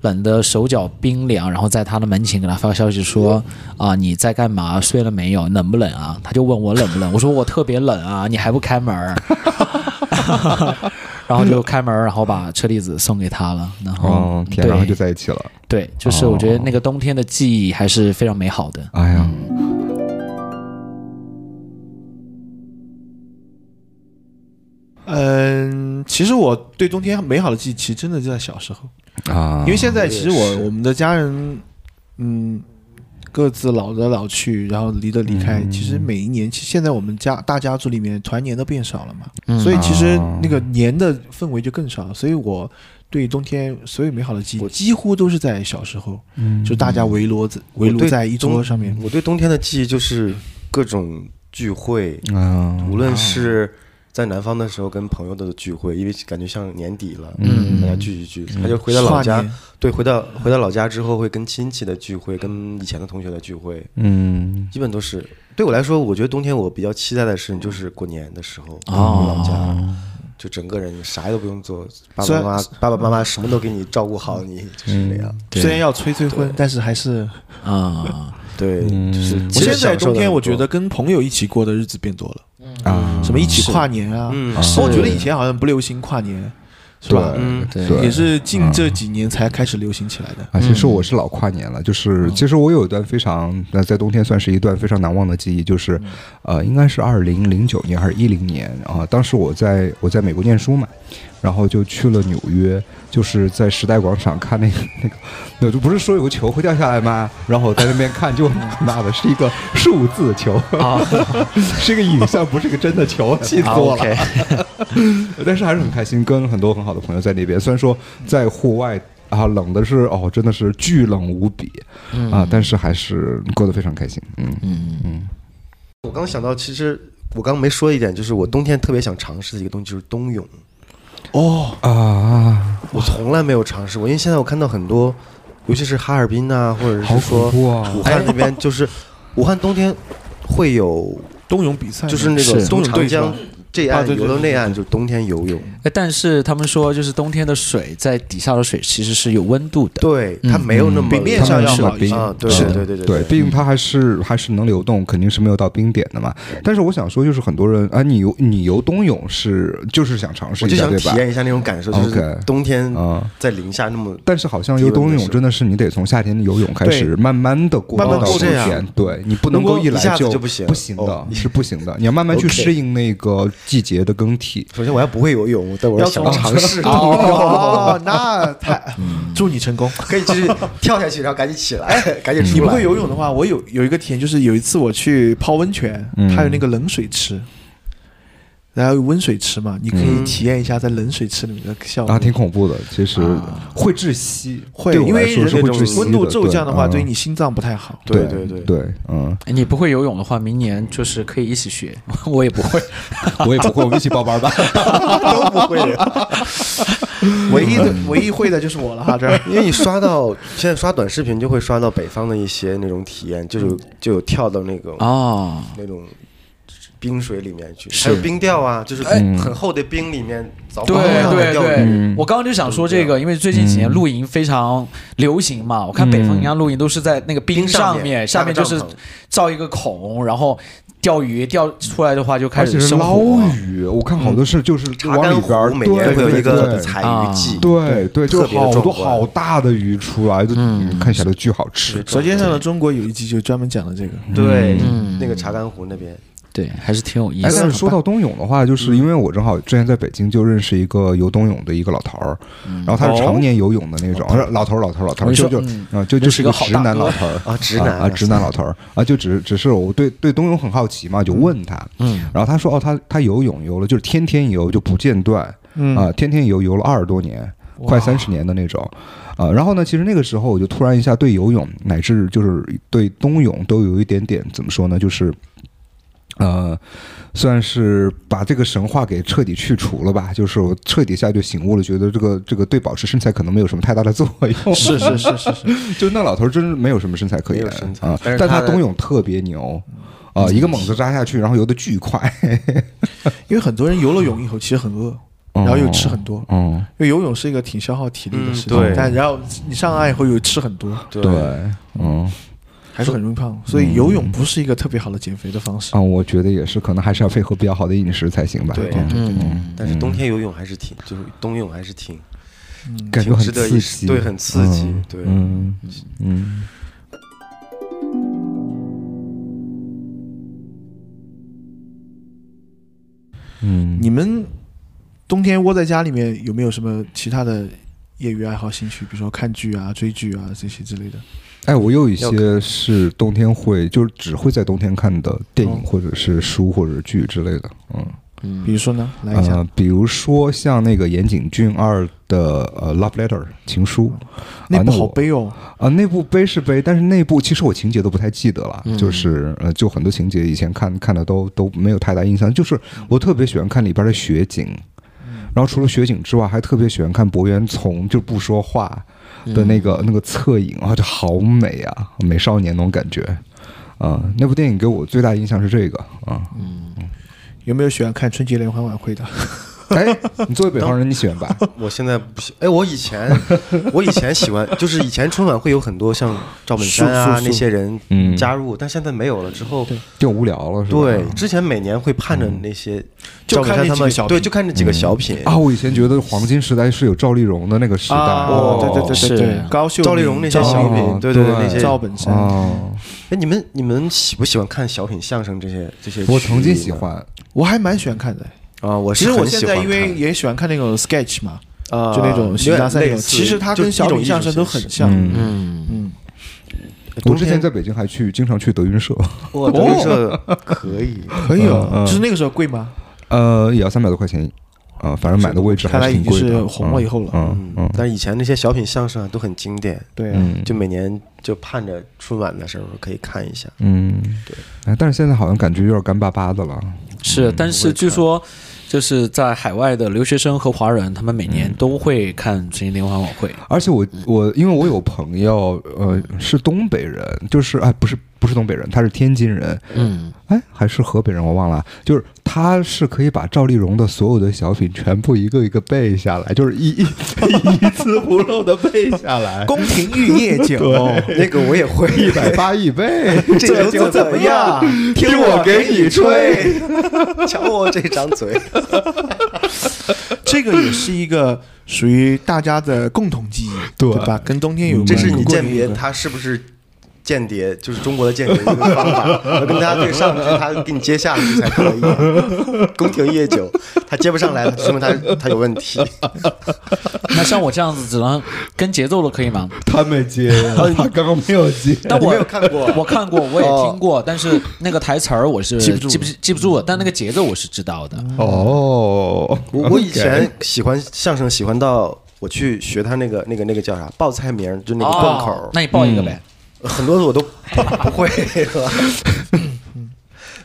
冷的手脚冰凉，然后在他的门前给他发消息说：“嗯啊，你在干嘛？睡了没有？冷不冷啊？”他就问我冷 不冷，我说我特别冷啊，你还不开门儿？ 然后就开门儿，然后把车厘子送给他了。然后、哦天，嗯对然后就在哦一起了。对，就是我觉得那个冬天的记忆还是非常美好的。哎呀，嗯，其实我对冬天美好的记忆，其实真的就在小时候，啊嗯因为现在其实我我也是我们的家人，嗯，各自老的老去，然后离的离开。其实每一年，其实现在我们家大家族里面团年都变少了嘛，嗯所以其实啊那个年的氛围就更少了。所以我对冬天所有美好的记忆，我几乎都是在小时候，就大家围炉子围我炉对在一桌冬上面。我对冬天的记忆就是各种聚会，啊，无论是在南方的时候跟朋友的聚会，因为感觉像年底了，嗯大家聚一聚，他就回到老跨家年，对，回到回到老家之后会跟亲戚的聚会，跟以前的同学的聚会，嗯基本都是。对我来说，我觉得冬天我比较期待的事情就是过年的时候回哦老家，就整个人啥也都不用做，爸爸妈妈爸爸妈妈什么都给你照顾好，你就是那样。嗯对虽然要催催婚，但是还是啊、对，嗯就是我其实现在享受冬得天，很我觉多得跟朋友一起过的日子变多了，啊，什么一起跨年啊，嗯啊我觉得以前好像不流行跨年，是对吧？嗯对对也是近这几年才开始流行起来的。啊，其实我是老跨年了，就是其实我有一段非常那在冬天算是一段非常难忘的记忆，就是呃，应该是二零零九年还是一零年啊，当时我在我在美国念书嘛，然后就去了纽约，就是在时代广场看那个那个，那就不是说有个球会掉下来吗？然后我在那边看，就妈的是一个数字球， 是一个影像，不是一个真的球，气死我了。 但是还是很开心，跟很多很好的朋友在那边。虽然说在户外啊，冷的是哦，真的是巨冷无比嗯啊，但是还是过得非常开心。嗯嗯嗯，我刚想到，其实我刚没说一点，就是我冬天特别想尝试的一个东西，就是冬泳。嗯哦，啊，我从来没有尝试过，因为现在我看到很多，尤其是哈尔滨呐、或者好是说恐怖啊武汉那边，就是武汉冬天会有，冬泳比赛哎就是那是个冬从泳队长江是吧这啊岸对对游到对那岸，就是冬天游泳。哎但是他们说，就是冬天的水在底下的水其实是有温度的。对，嗯它没有那么比面上要好一些。啊，对是对的对对对，毕竟它还是还是能流动，肯定是没有到冰点的嘛。但是我想说，就是很多人啊，你游你游冬泳是就是想尝试我一就下，想对体吧？验一下那种感受，就是 OK 冬天啊在零下那么但是好像游冬泳体温的时候真的是你得从夏天游泳开始，对慢慢的过慢慢到冬过这样天，对你不能如够果来一下子就就不行不行的哦，是不行 的，你要慢慢去 OK 适应那个季节的更替。首先我还不会游泳，但我要想从尝试， 哦，那太嗯祝你成功。可以就是跳下去，然后赶紧起来， 赶紧出来。你不会游泳的话，我有有一个体验，就是有一次我去泡温泉，嗯它有那个冷水池，然后有温水池嘛，你可以体验一下在冷水池里面的哦效果啊，。挺恐怖的，其实啊会窒息，会，对我因来为说人是会窒的息的温度骤降的话，对于嗯你心脏不太好。对对对对对，嗯，哎你不会游泳的话，明年就是可以一 起学，我也不会。我也不会，我们一起报班 吧。都不会游。嗯唯一的唯一会的就是我了啊哈，这儿 因为你刷到现在刷短视频，就会刷到北方的一些那种体验，嗯就是有就有跳到那啊种、哦，那种冰水里面去，是还有冰钓啊，就是嗯很厚的冰里面凿对窟窿上对面钓对，鱼。我刚刚就想说这个，因为最近几年嗯露营非常流行嘛，我看北方人家露营都是在那个冰冰上上嗯面，面下面搭就个帐是篷造一个孔，然后钓鱼，钓出来的话就开而且始是生捞火。鱼，我看好多是就是查往嗯干里边儿湖每年会有对一个对采鱼季，对对，就特别的好多壮观好大的鱼出来，就嗯看起来都巨好吃是。舌尖上的中国》有一集就专门讲了这个。对，嗯那个查干湖那边，对，还是挺有意哎，思但的是。说到冬泳的话，嗯就是因为我正好之前在北京就认识一个游冬泳的一个老头儿，然后他是常年游泳的那种，老头儿老头儿老头嗯哦我儿，就就说就嗯啊就认就识是一个好直大男哥 老头儿啊直男啊直男老头儿啊，就只只是我对对冬泳很好奇嘛，就问他，嗯，然后他说哦，他他游泳游了，就是天天游就不间断，嗯啊，天天游游了二十多年，快三十年的那种。啊，然后呢？其实那个时候我就突然一下对游泳乃至就是对冬泳都有一点点怎么说呢？就是，呃，算是把这个神话给彻底去除了吧。就是我彻底一下就醒悟了，觉得这个这个对保持身材可能没有什么太大的作 用。是是是是是，就那老头儿真是没有什么身材可没言有身材啊，但是但他他的嗯冬泳特别牛。啊、一个猛子扎下去，然后游得巨快，因为很多人游了泳以后其实很饿，哦然后又吃很多，嗯，因为游泳是一个挺消耗体力的事情。嗯对但然后你上岸以后又吃很多，对对，嗯，还是很容易胖，所以游泳不是一个特别好的减肥的方式。啊，我觉得也是，可能还是要配合比较好的饮食才行吧。对嗯对嗯，但是冬天游泳还是挺，就是冬泳还是挺嗯感觉挺很值得一刺试，激，对，很刺激，对。嗯嗯。嗯，你们冬天窝在家里面有没有什么其他的业余爱好、兴趣，比如说看剧啊、追剧啊这些之类的？哎，我有一要些是冬天会，就是只会在冬天看的电哦影或者是书或者是剧之类的，嗯，比如说呢，来一下。呃，比如说像那个岩井俊二的呃《Love Letter》情书，那啊部我好悲哦，啊，那部悲是悲，但是那部其实我情节都不太记得了，嗯就是呃，就很多情节以前看看的都都没有太大印象。就是我特别喜欢看里边的雪景，然后除了雪景之外，还特别喜欢看博元从就不说话的那嗯个、那个侧影啊，就好美啊，美少年那种感觉。啊、那部电影给我最大印象是这个 啊。有没有喜欢看春节联欢晚会的？哎，你作为北方人，你喜欢吧？我现在不喜，哎，我 以前我以前喜欢，就是以前春晚会有很多像赵本山啊素素素那些人嗯加入，但现在没有了。之后，就无聊了是吧？对，之前每年会盼着那些嗯就赵本山看那他几个们小，品嗯对，就看那几个小品啊，我以前觉得黄金时代是有赵丽蓉的那个时代，哦啊，对对对对是对，高秀敏赵丽蓉那些赵小敏品，对对对，对那些赵本山，哦，哎，你们你们喜不喜欢看小品、相声这些这些？我曾经喜，欢，我还蛮喜欢看的。啊，我其是实我很喜现在欢因为看也喜欢看那种 sketch 嘛，啊，就那种有形点大赛那类种，似其实它就跟一小种品艺相术声都形很式像。嗯，嗯，我冬之天前在北京还去经常去德云社，哇，德云社哦可 以，可以哦。嗯嗯就是那个时候贵吗？ 呃，也要三百多块钱，呃，反正买的位置看还来是已挺经贵的。是红了以后了。嗯嗯但以前那些小品相声啊都很经典，对啊，嗯就每年就盼着春晚的时候可以 看一下。嗯，对。哎，但是现在好像感觉有点干巴巴的了。是，但是据说就是在海外的留学生和华人，他们每嗯年都会看春节联欢晚会。而且我嗯我因为我有朋友，呃，是东北人，就是哎，不是不是东北人，他是天津人，嗯，哎，还是河北人，我忘了。就是他是可以把赵丽蓉的所有的小品全部一个一个背下来，就是一一一字不漏的背下来，宫廷玉液 哦酒，那个我也会，一百八一 杯，这酒怎么样？ 听我给你吹。，瞧我这张嘴。这个也是一个属于大家的共同记忆，对嗯吧？跟冬天有关，这是你跟鉴别过年有关他是不是间谍，就是中国的间谍的一个方法。要跟他对上去，他给你接下去才可以。宫廷夜酒，他接不上来，说明他他有问题。那像我这样子只能跟节奏了，可以吗？他没 接，他刚刚没有接。但你我没有看过我看过，我也听过，但是那个台词儿我是记不住，记不记不住了，但那个节奏我是知道嗯的。哦，我我以 OK 前喜欢相声，喜欢到我去学他那个那个那个叫啥报菜名儿，就那个贯口哦儿，那你报一个呗。很多的我都 不不会。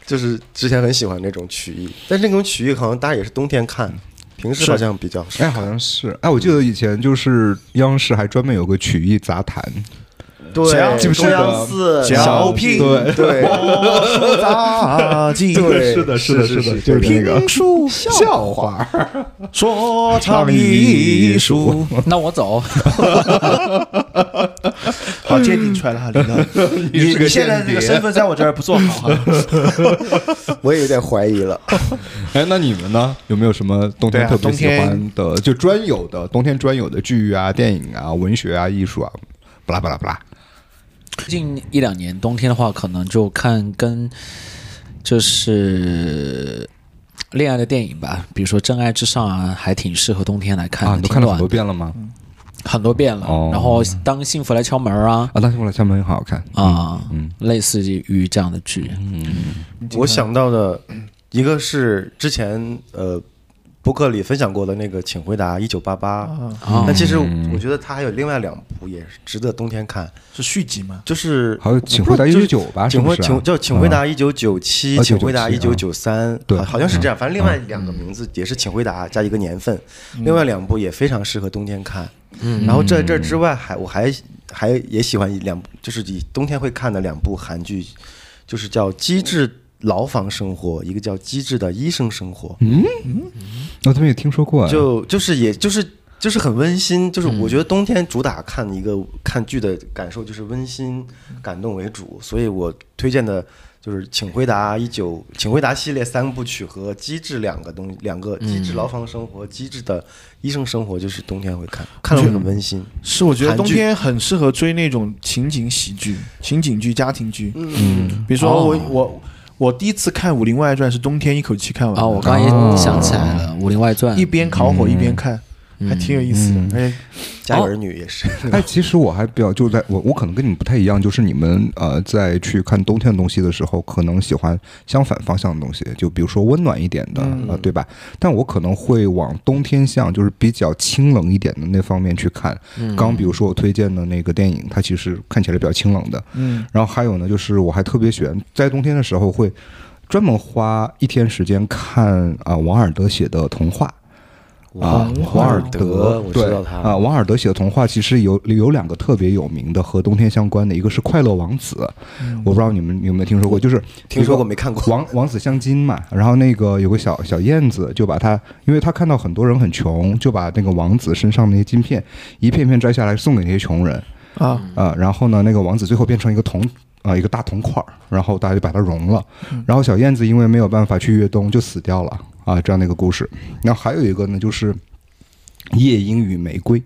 就是之前很喜欢那种曲艺，但是那种曲艺好像大家也是冬天看，平时好像比较少哎，。好像是哎，我记得以前就是央视还专门有个曲艺杂谈，对，啊记不记啊中得央四小品对对，哦杂技，对是的，是的，是是是的，就是那个评 书笑话，说唱艺术，那我走， 好鉴定出来了哈， 领导，你是个你现在间这谍个身份在我这儿不做好哈。 我也有点怀疑了。哎，那你们呢？有没有什么冬对天啊特别喜欢冬的，就专有的冬天专有的剧啊、电影啊、文学啊、艺术啊，巴拉巴拉巴拉？近一两年冬天的话，可能就看跟就是恋爱的电影吧，比如说《真爱至上》啊，还挺适合冬天来看的，啊，嗯你都挺看了很暖多遍了吗？很多遍了。哦然后《当幸福来敲门》啊啊，那《我来厦门》很好看啊，类似于这样的剧，我想到的一个是之前呃播客里分享过的那个《请回答一九八八》，但其实嗯我觉得它还有另外两部也是值得冬天看，是续集吗？就是还有请回答我不知道1998吧请回是不是啊请叫《请回答一九九七》，嗯啊请回哦答一九1997九三，对好好像是这样，反正另外两个名字也是请回答加一个年份，另外两部也非常适合冬天看。嗯，然后在这之外还我还还也喜欢两部，就是以冬天会看的两部韩剧，就是叫《机智牢房生活》，一个叫《机智的医生生活》，嗯我怎么也听说过啊？就就是也就是就是很温馨，就是我觉得冬天主打看一个看剧的感受就是温馨感动为主，所以我推荐的就是《请回答一九》《请回答》系列三部曲和《机智》两个东西，两个《机智牢房生活》机智的医生生活》，就是冬天会看，看了会很温馨。是，我觉得韩剧冬天很适合追那种情景喜剧、情景剧、家庭剧。嗯，比如哦说我我我第一次看《武林外传》是冬天一口气看完的啊，我刚嗯刚也想起来了，《武林外传》一边烤火一边看，还挺有意思嗯的。哎而且家有儿女也是。哎，其实我还比较就在我我可能跟你们不太一样，就是你们呃在去看冬天的东西的时候，可能喜欢相反方向的东西，就比如说温暖一点的啊、呃对吧？但我可能会往冬天向，就是比较清冷一点的那方面去看。刚比如说我推荐的那个电影，它其实看起来比较清冷的。嗯，然后还有呢，就是我还特别喜欢在冬天的时候会专门花一天时间看啊、王尔德写的童话。啊，王王尔尔德我知对道他 啊，王尔德写的童话其实有有两个特别有名的和冬天相关的，一个是《快乐王子》，我不知道你们有没有听说过，就是嗯听说过一个没看过王王子相亲嘛，然后那个有个小小燕子就把他，因为他看到很多人很穷，就把那个王子身上那些金片一片片摘下来送给那些穷人，啊，嗯啊，然后呢，那个王子最后变成一个铜啊、一个大铜块儿，然后大家就把它融了。然后小燕子因为没有办法去越冬，就死掉了啊，这样的一个故事。然后还有一个呢，就是夜莺与玫瑰。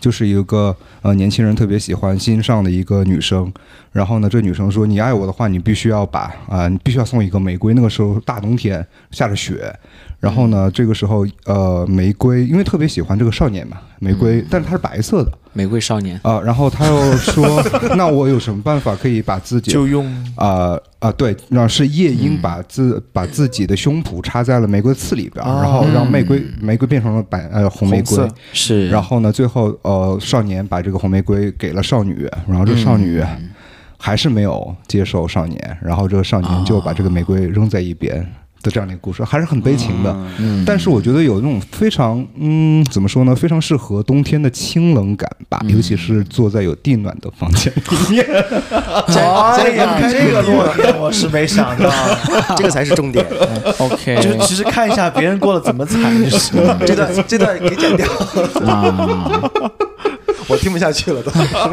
就是一个呃年轻人特别喜欢新上的一个女生，然后呢，这女生说你爱我的话，你必须要把啊、你必须要送一个玫瑰。那个时候大冬天下着雪，然后呢，这个时候呃玫瑰，因为特别喜欢这个少年嘛，玫瑰，但是它是白色的玫瑰少年，啊、然后他又说，那我有什么办法可以把自己就 嗯用啊啊，对，让是夜莺把自、把自己的胸脯插在了玫瑰刺里边儿，哦然后让玫瑰玫瑰变成了白呃红玫瑰红色，是，然后呢，最后呃少年把这个红玫瑰给了少女，然后这少女还是没有接受少年，然后这个少年就把这个玫瑰扔在一边。的这样的一个故事还是很悲情的，嗯但是我觉得有那种非常嗯，怎么说呢，非常适合冬天的清冷感吧，尤其是坐在有地暖的房间里面。哎呀，这个落点我是没想到。啊这个才是重点。 OK，就是 其实看一下别人过得怎么惨， 就是这段这段给剪掉， 啊，我听不下去了都。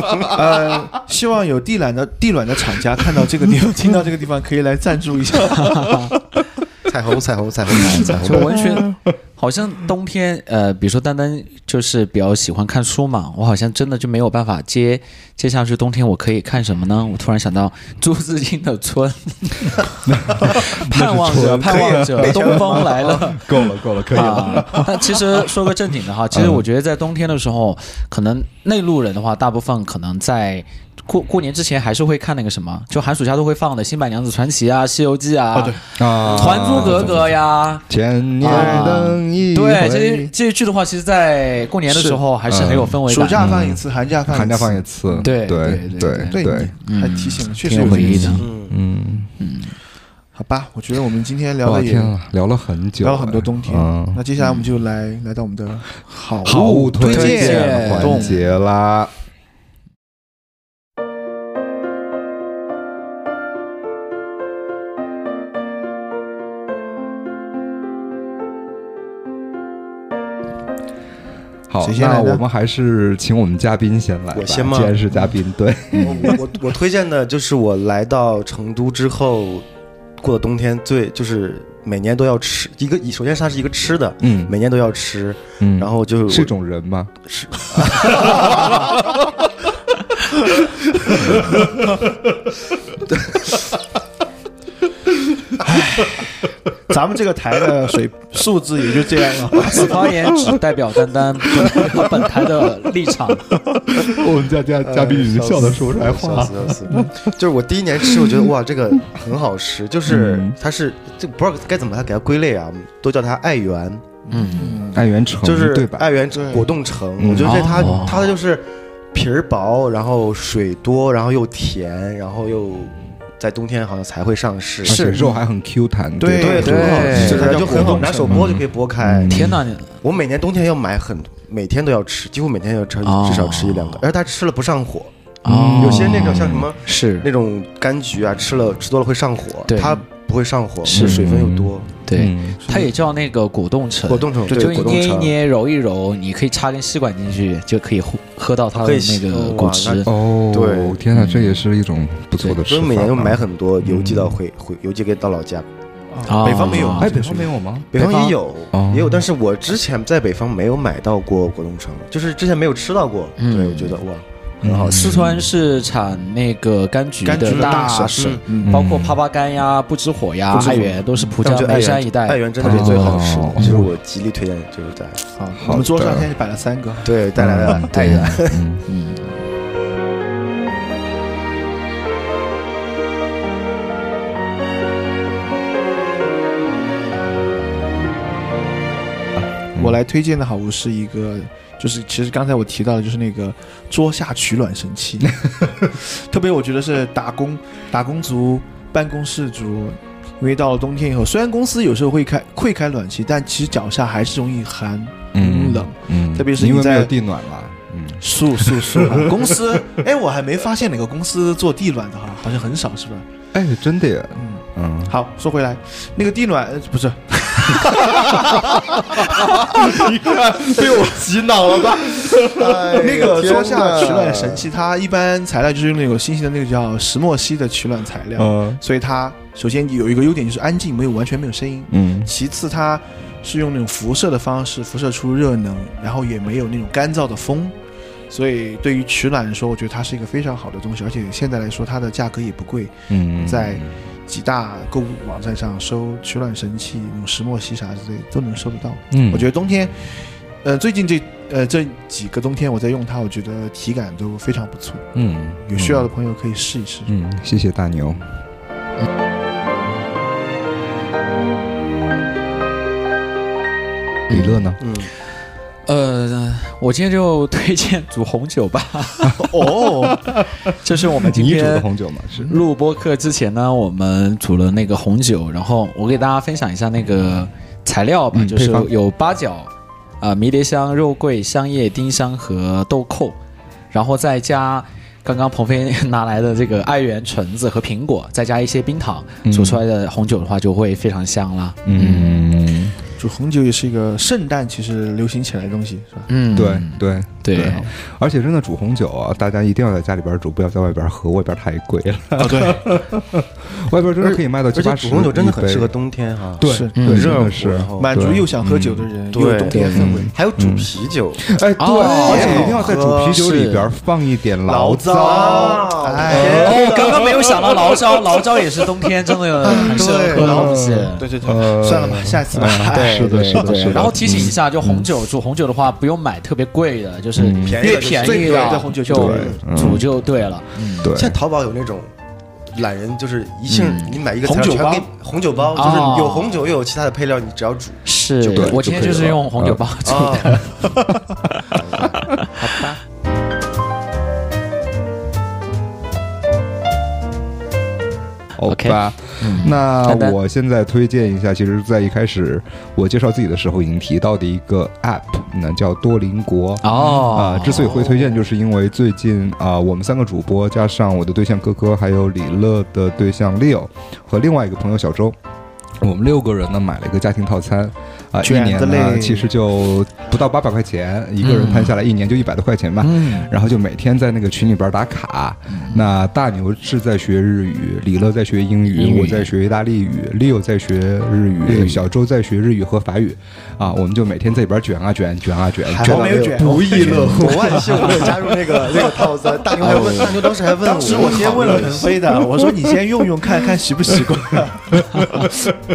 呃，希望有地暖的地暖的厂家看到这个地方， 听到这个地方可以来赞助 一下。彩虹，彩虹，彩虹，彩虹彩 就虹！文学，好像冬天，呃，比如说丹丹就是比较喜欢看书嘛，我好像真的就没有办法接接下去冬天我可以看什么呢？我突然想到朱自清的《 村》， 盼望着，盼望着，东风来 了。 够了，够了，可以了。啊。但其实说个正经的哈，其嗯实我觉得在冬天的时候，可能内陆人的话，大部分可能在。过过年之前还是会看那个什么，就寒暑假都会放的《新白娘子传奇》啊，《西游记》哦啊，啊，还珠格格》呀，千年等一回，对这些这些剧的话，其实，在过年的时候还是很有氛围暑感嗯的。假放一次，寒假放一次，寒假放一次，对对对对对嗯对，你还提醒了，确实嗯挺有有回这个忆信的息。嗯，好吧，我觉得我们今天聊哇的也天啊，聊了很久，聊了很多冬天嗯，那接下来我们就来来到我们的好好物推荐活动环节啦。好谁，先来那呢我们还是请我们嘉宾先来吧。我先吗既然是嘉宾，对，我我我推荐的就是我来到成都之后过的冬天最就是每年都要吃一个，首先它是一个吃的，嗯每年都要吃，嗯然后就是种人吗？咱们这个台的水素质也就这样 了。此发言只代表丹丹，不代表本台的立场。 我们嘉嘉嘉宾已经笑得说不出来话哎笑了。死笑死！就是我第一年吃，我觉得哇，这个很好吃，就是嗯它是这不知道该怎么来给它归类啊，都叫它爱媛，嗯，爱媛城就是对吧？爱媛对果冻橙，嗯我觉得这它哦它就是皮儿薄，然后水多，然后又甜，然后又在冬天好像才会上市，而且肉还很 Q 弹，对对对很好吃对它就很好，拿手剥就可以剥开。嗯天哪，你我每年冬天要买很，每天都要吃，几乎每天要吃，哦至少吃一两个，而且它吃了不上火，哦有些那种像什么。是那种柑橘啊，吃了吃多了会上火，对它不会上火，是水分又多，对，它也叫那个果冻橙，果冻橙就对你果冻捏一橙捏、揉一揉，你可以插根吸管进去，就可以喝喝到它可的以那吸个哇果那汁。哦，对天哪，这也是一种不错的吃所法。啊以每年就买。很多邮寄嗯到回回邮寄给到老家，啊北方没有，哎，北方没有吗？北方也有哦也有，但是我之前在北方没有买到过果冻橙，就是之前没有吃到过，嗯对我觉得哇很好吃，四川是产那个柑橘柑橘的的大大省，嗯包括帕巴干呀、不知火呀不、知火爱媛都是浦但江我觉得眉爱山媛一带。爱媛真的是哦最好吃哦的，就是我极力推荐，就是在嗯好，我们桌上现在摆了三个。 对带来的爱媛，嗯， 我来推荐的好物是一个，就是其实刚才我提到的，就是那个桌下取暖神 器，特别我觉得是打工打工族、办公室族，因为到了冬天以后，虽然公司有时候会开会开暖气，但其实脚下还是容易寒嗯冷。嗯特别是你因为没有在地暖了。嗯，素素素，公司哎，我还没发现哪个公司做地暖的哈，好像很少是吧？哎，真的耶，嗯，嗯，好，说回来，那个地暖呃不是被我洗脑了吧？哎那个桌下取暖神器，器，它一般材料就是用那种新型的那个叫石墨烯的取暖材料，嗯所以它首先有一个优点就是安静，没有完全没有声音。嗯其次，它是用那种辐射的方式辐射出热能，然后也没有那种干燥的风，所以对于取暖来说，我觉得它是一个非常好的东西，而且现在来说它的价格也不贵，嗯，在几大购物网站上搜取暖神器，那种石墨烯啥之类的都能搜得到。嗯我觉得冬天，呃，最近这呃这几个冬天我在用它，我觉得体感都非常不错，嗯有需要的朋友可以试一试。嗯，谢谢大牛。李乐呢？嗯，呃，我今天就推荐组红酒 吧，哦， 这是我们今你煮的天红酒吗？是，录播课之前呢，我们煮了那个红酒，然后我给大家分享一下那个材料吧，嗯就是配方有八角、啊、迷迭香、肉桂、香叶、丁香和豆蔻，然后再加刚刚鹏飞拿来的这个爱媛橙子和苹果，再加一些冰糖，嗯煮出来的红酒的话就会非常香啦。嗯，就红酒也是一个圣诞其实流行起来的东西，是吧？嗯，对对对，而且真的煮红酒啊，大家一定要在家里边煮，不要在外边喝，外边太贵了。啊，对， 外边真的可以卖到七而且八煮十。红酒真的很适合，冬天哈，对是对，很真热的乎，是。然后满足又想喝酒的人，哦嗯对又有冬天氛围。还有煮啤酒，哎，对，哦而且一定要在煮啤酒里边放一点醪糟。哎，哦，刚刚没有想到醪糟，醪糟也是冬天真的很适合喝的东西。对对呃对，算了吧，下次吧。哎是的，是的，是的。然后提醒一下，就红酒煮红酒的话，不用买特别贵的，就是便宜越的便最宜便宜的的红酒就就对嗯煮就对了。对，现在淘宝有那种懒人，就是一性你买一个红材料酒全包给红酒包，就是哦有红酒又有其他的配料，你只要煮。是对我今天就就可以是了用红酒包煮啊，好 OK 嗯吧，那丹丹我现在推荐一下，其实，在一开始我介绍自己的时候，已经提到的一个 App，那叫多邻国。啊、哦，之所以会推荐，就是因为最近啊、我们三个主播加上我的对象哥哥，还有李乐的对象 Leo 和另外一个朋友小周，我们六个人呢买了一个家庭套餐，啊、一卷年子呢嘞其实就不到八百块钱，一个人摊下来一年就一百多块钱吧。嗯，然后就每天在那个群里边打卡。那大牛是在学日语，李乐在学英语，英语我在学意大利语，Leo 在学日语，小周在学日语和法语。啊，我们就每天在里边卷啊卷，卷啊卷，还卷好到没有卷，不亦乐乎。我万幸没有加入那个那个套餐。大牛还问，大牛当时还问 我，当时我先问了腾飞的，我说你先用用看看习不习惯。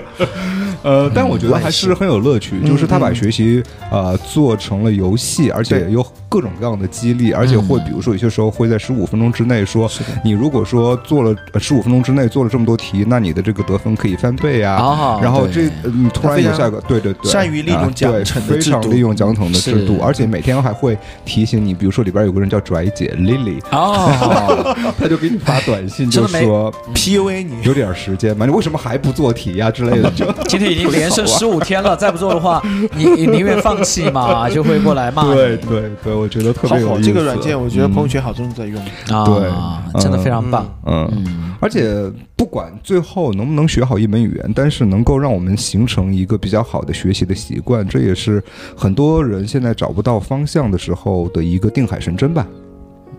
呃，但我觉得还是很有乐嗯趣，就是他把学习呃做成了游戏，而且有各种各样的激励，而且会嗯比如说有些时候会在十五分钟之内说，你如果说做了呃十五分钟之内做了这么多题，那你的这个得分可以翻倍哦啊。然后对这嗯突然有下个对对对，善于利用啊奖对惩的非制常度利用奖惩的制度是，而且每天还会提醒你，比如说里边有个人叫拽姐 Lily，啊哦，他就给你发短信 真就的没说 PUA 你，有点时间嘛，你为什么还不做题呀、之类 的就。今天已经连胜十五天了，再不做的话，你你宁愿放弃嘛，就会过来骂 你。对对对，我觉得特好别有好，意思。嗯这个软件我觉得朋友圈好多人在用。啊，对真的嗯非常棒。嗯，嗯，而且不管最后能不能学好一门语言，但是能够让我们形成一个比较好的学习的习惯，这也是很多人现在找不到方向的时候的一个定海神针吧。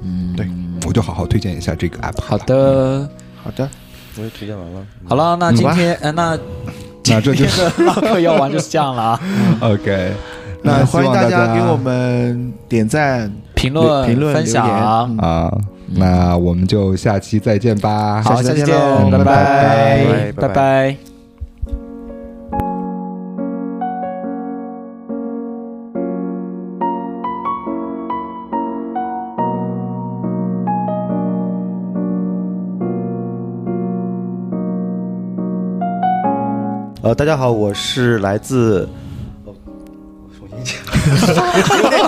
嗯，对，我就好好推荐一下这个 app。好，的，好的，我也推荐完了。好了，那今天呃，那那这就是这个唠嗑要完就是这样了啊。 OK。那嗯那欢希迎望大家给我们点赞。评论、评论分享。留嗯啊，那我们就下期再见吧。好，下下期期见见喽喽，拜拜拜拜拜拜。呃，大家好，我是来自。呃重新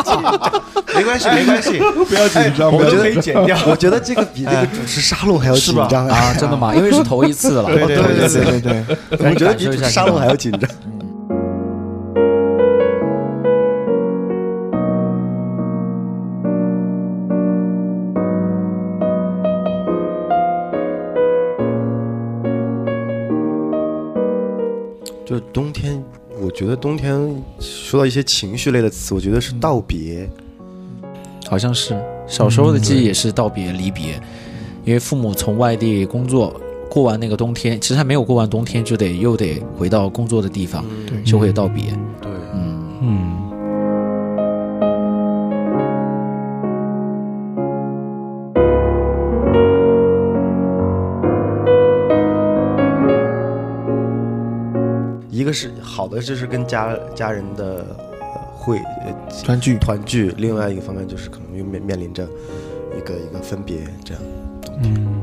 讲， 没关系，没关 系，哎不要紧张，我不要紧张们都可以剪掉。我觉得这个比那个主持沙龙还要紧张哎！啊，真的吗？因为是头一次了。 对对对对对对。我觉得比主持沙龙还要紧张。就冬天，我觉得冬天说到一些情绪类的词，我觉得是道别。好像是小时候的嗯记忆也是道别离别，因为父母从外地工作，过完那个冬天，其实还没有过完冬天，就得又得回到工作的地方，对就会道嗯别。对。嗯，嗯。个是好的，就是跟家家人的呃会呃团聚团聚；另外一个方面就是可能又面面临着一个一个分别这样。嗯，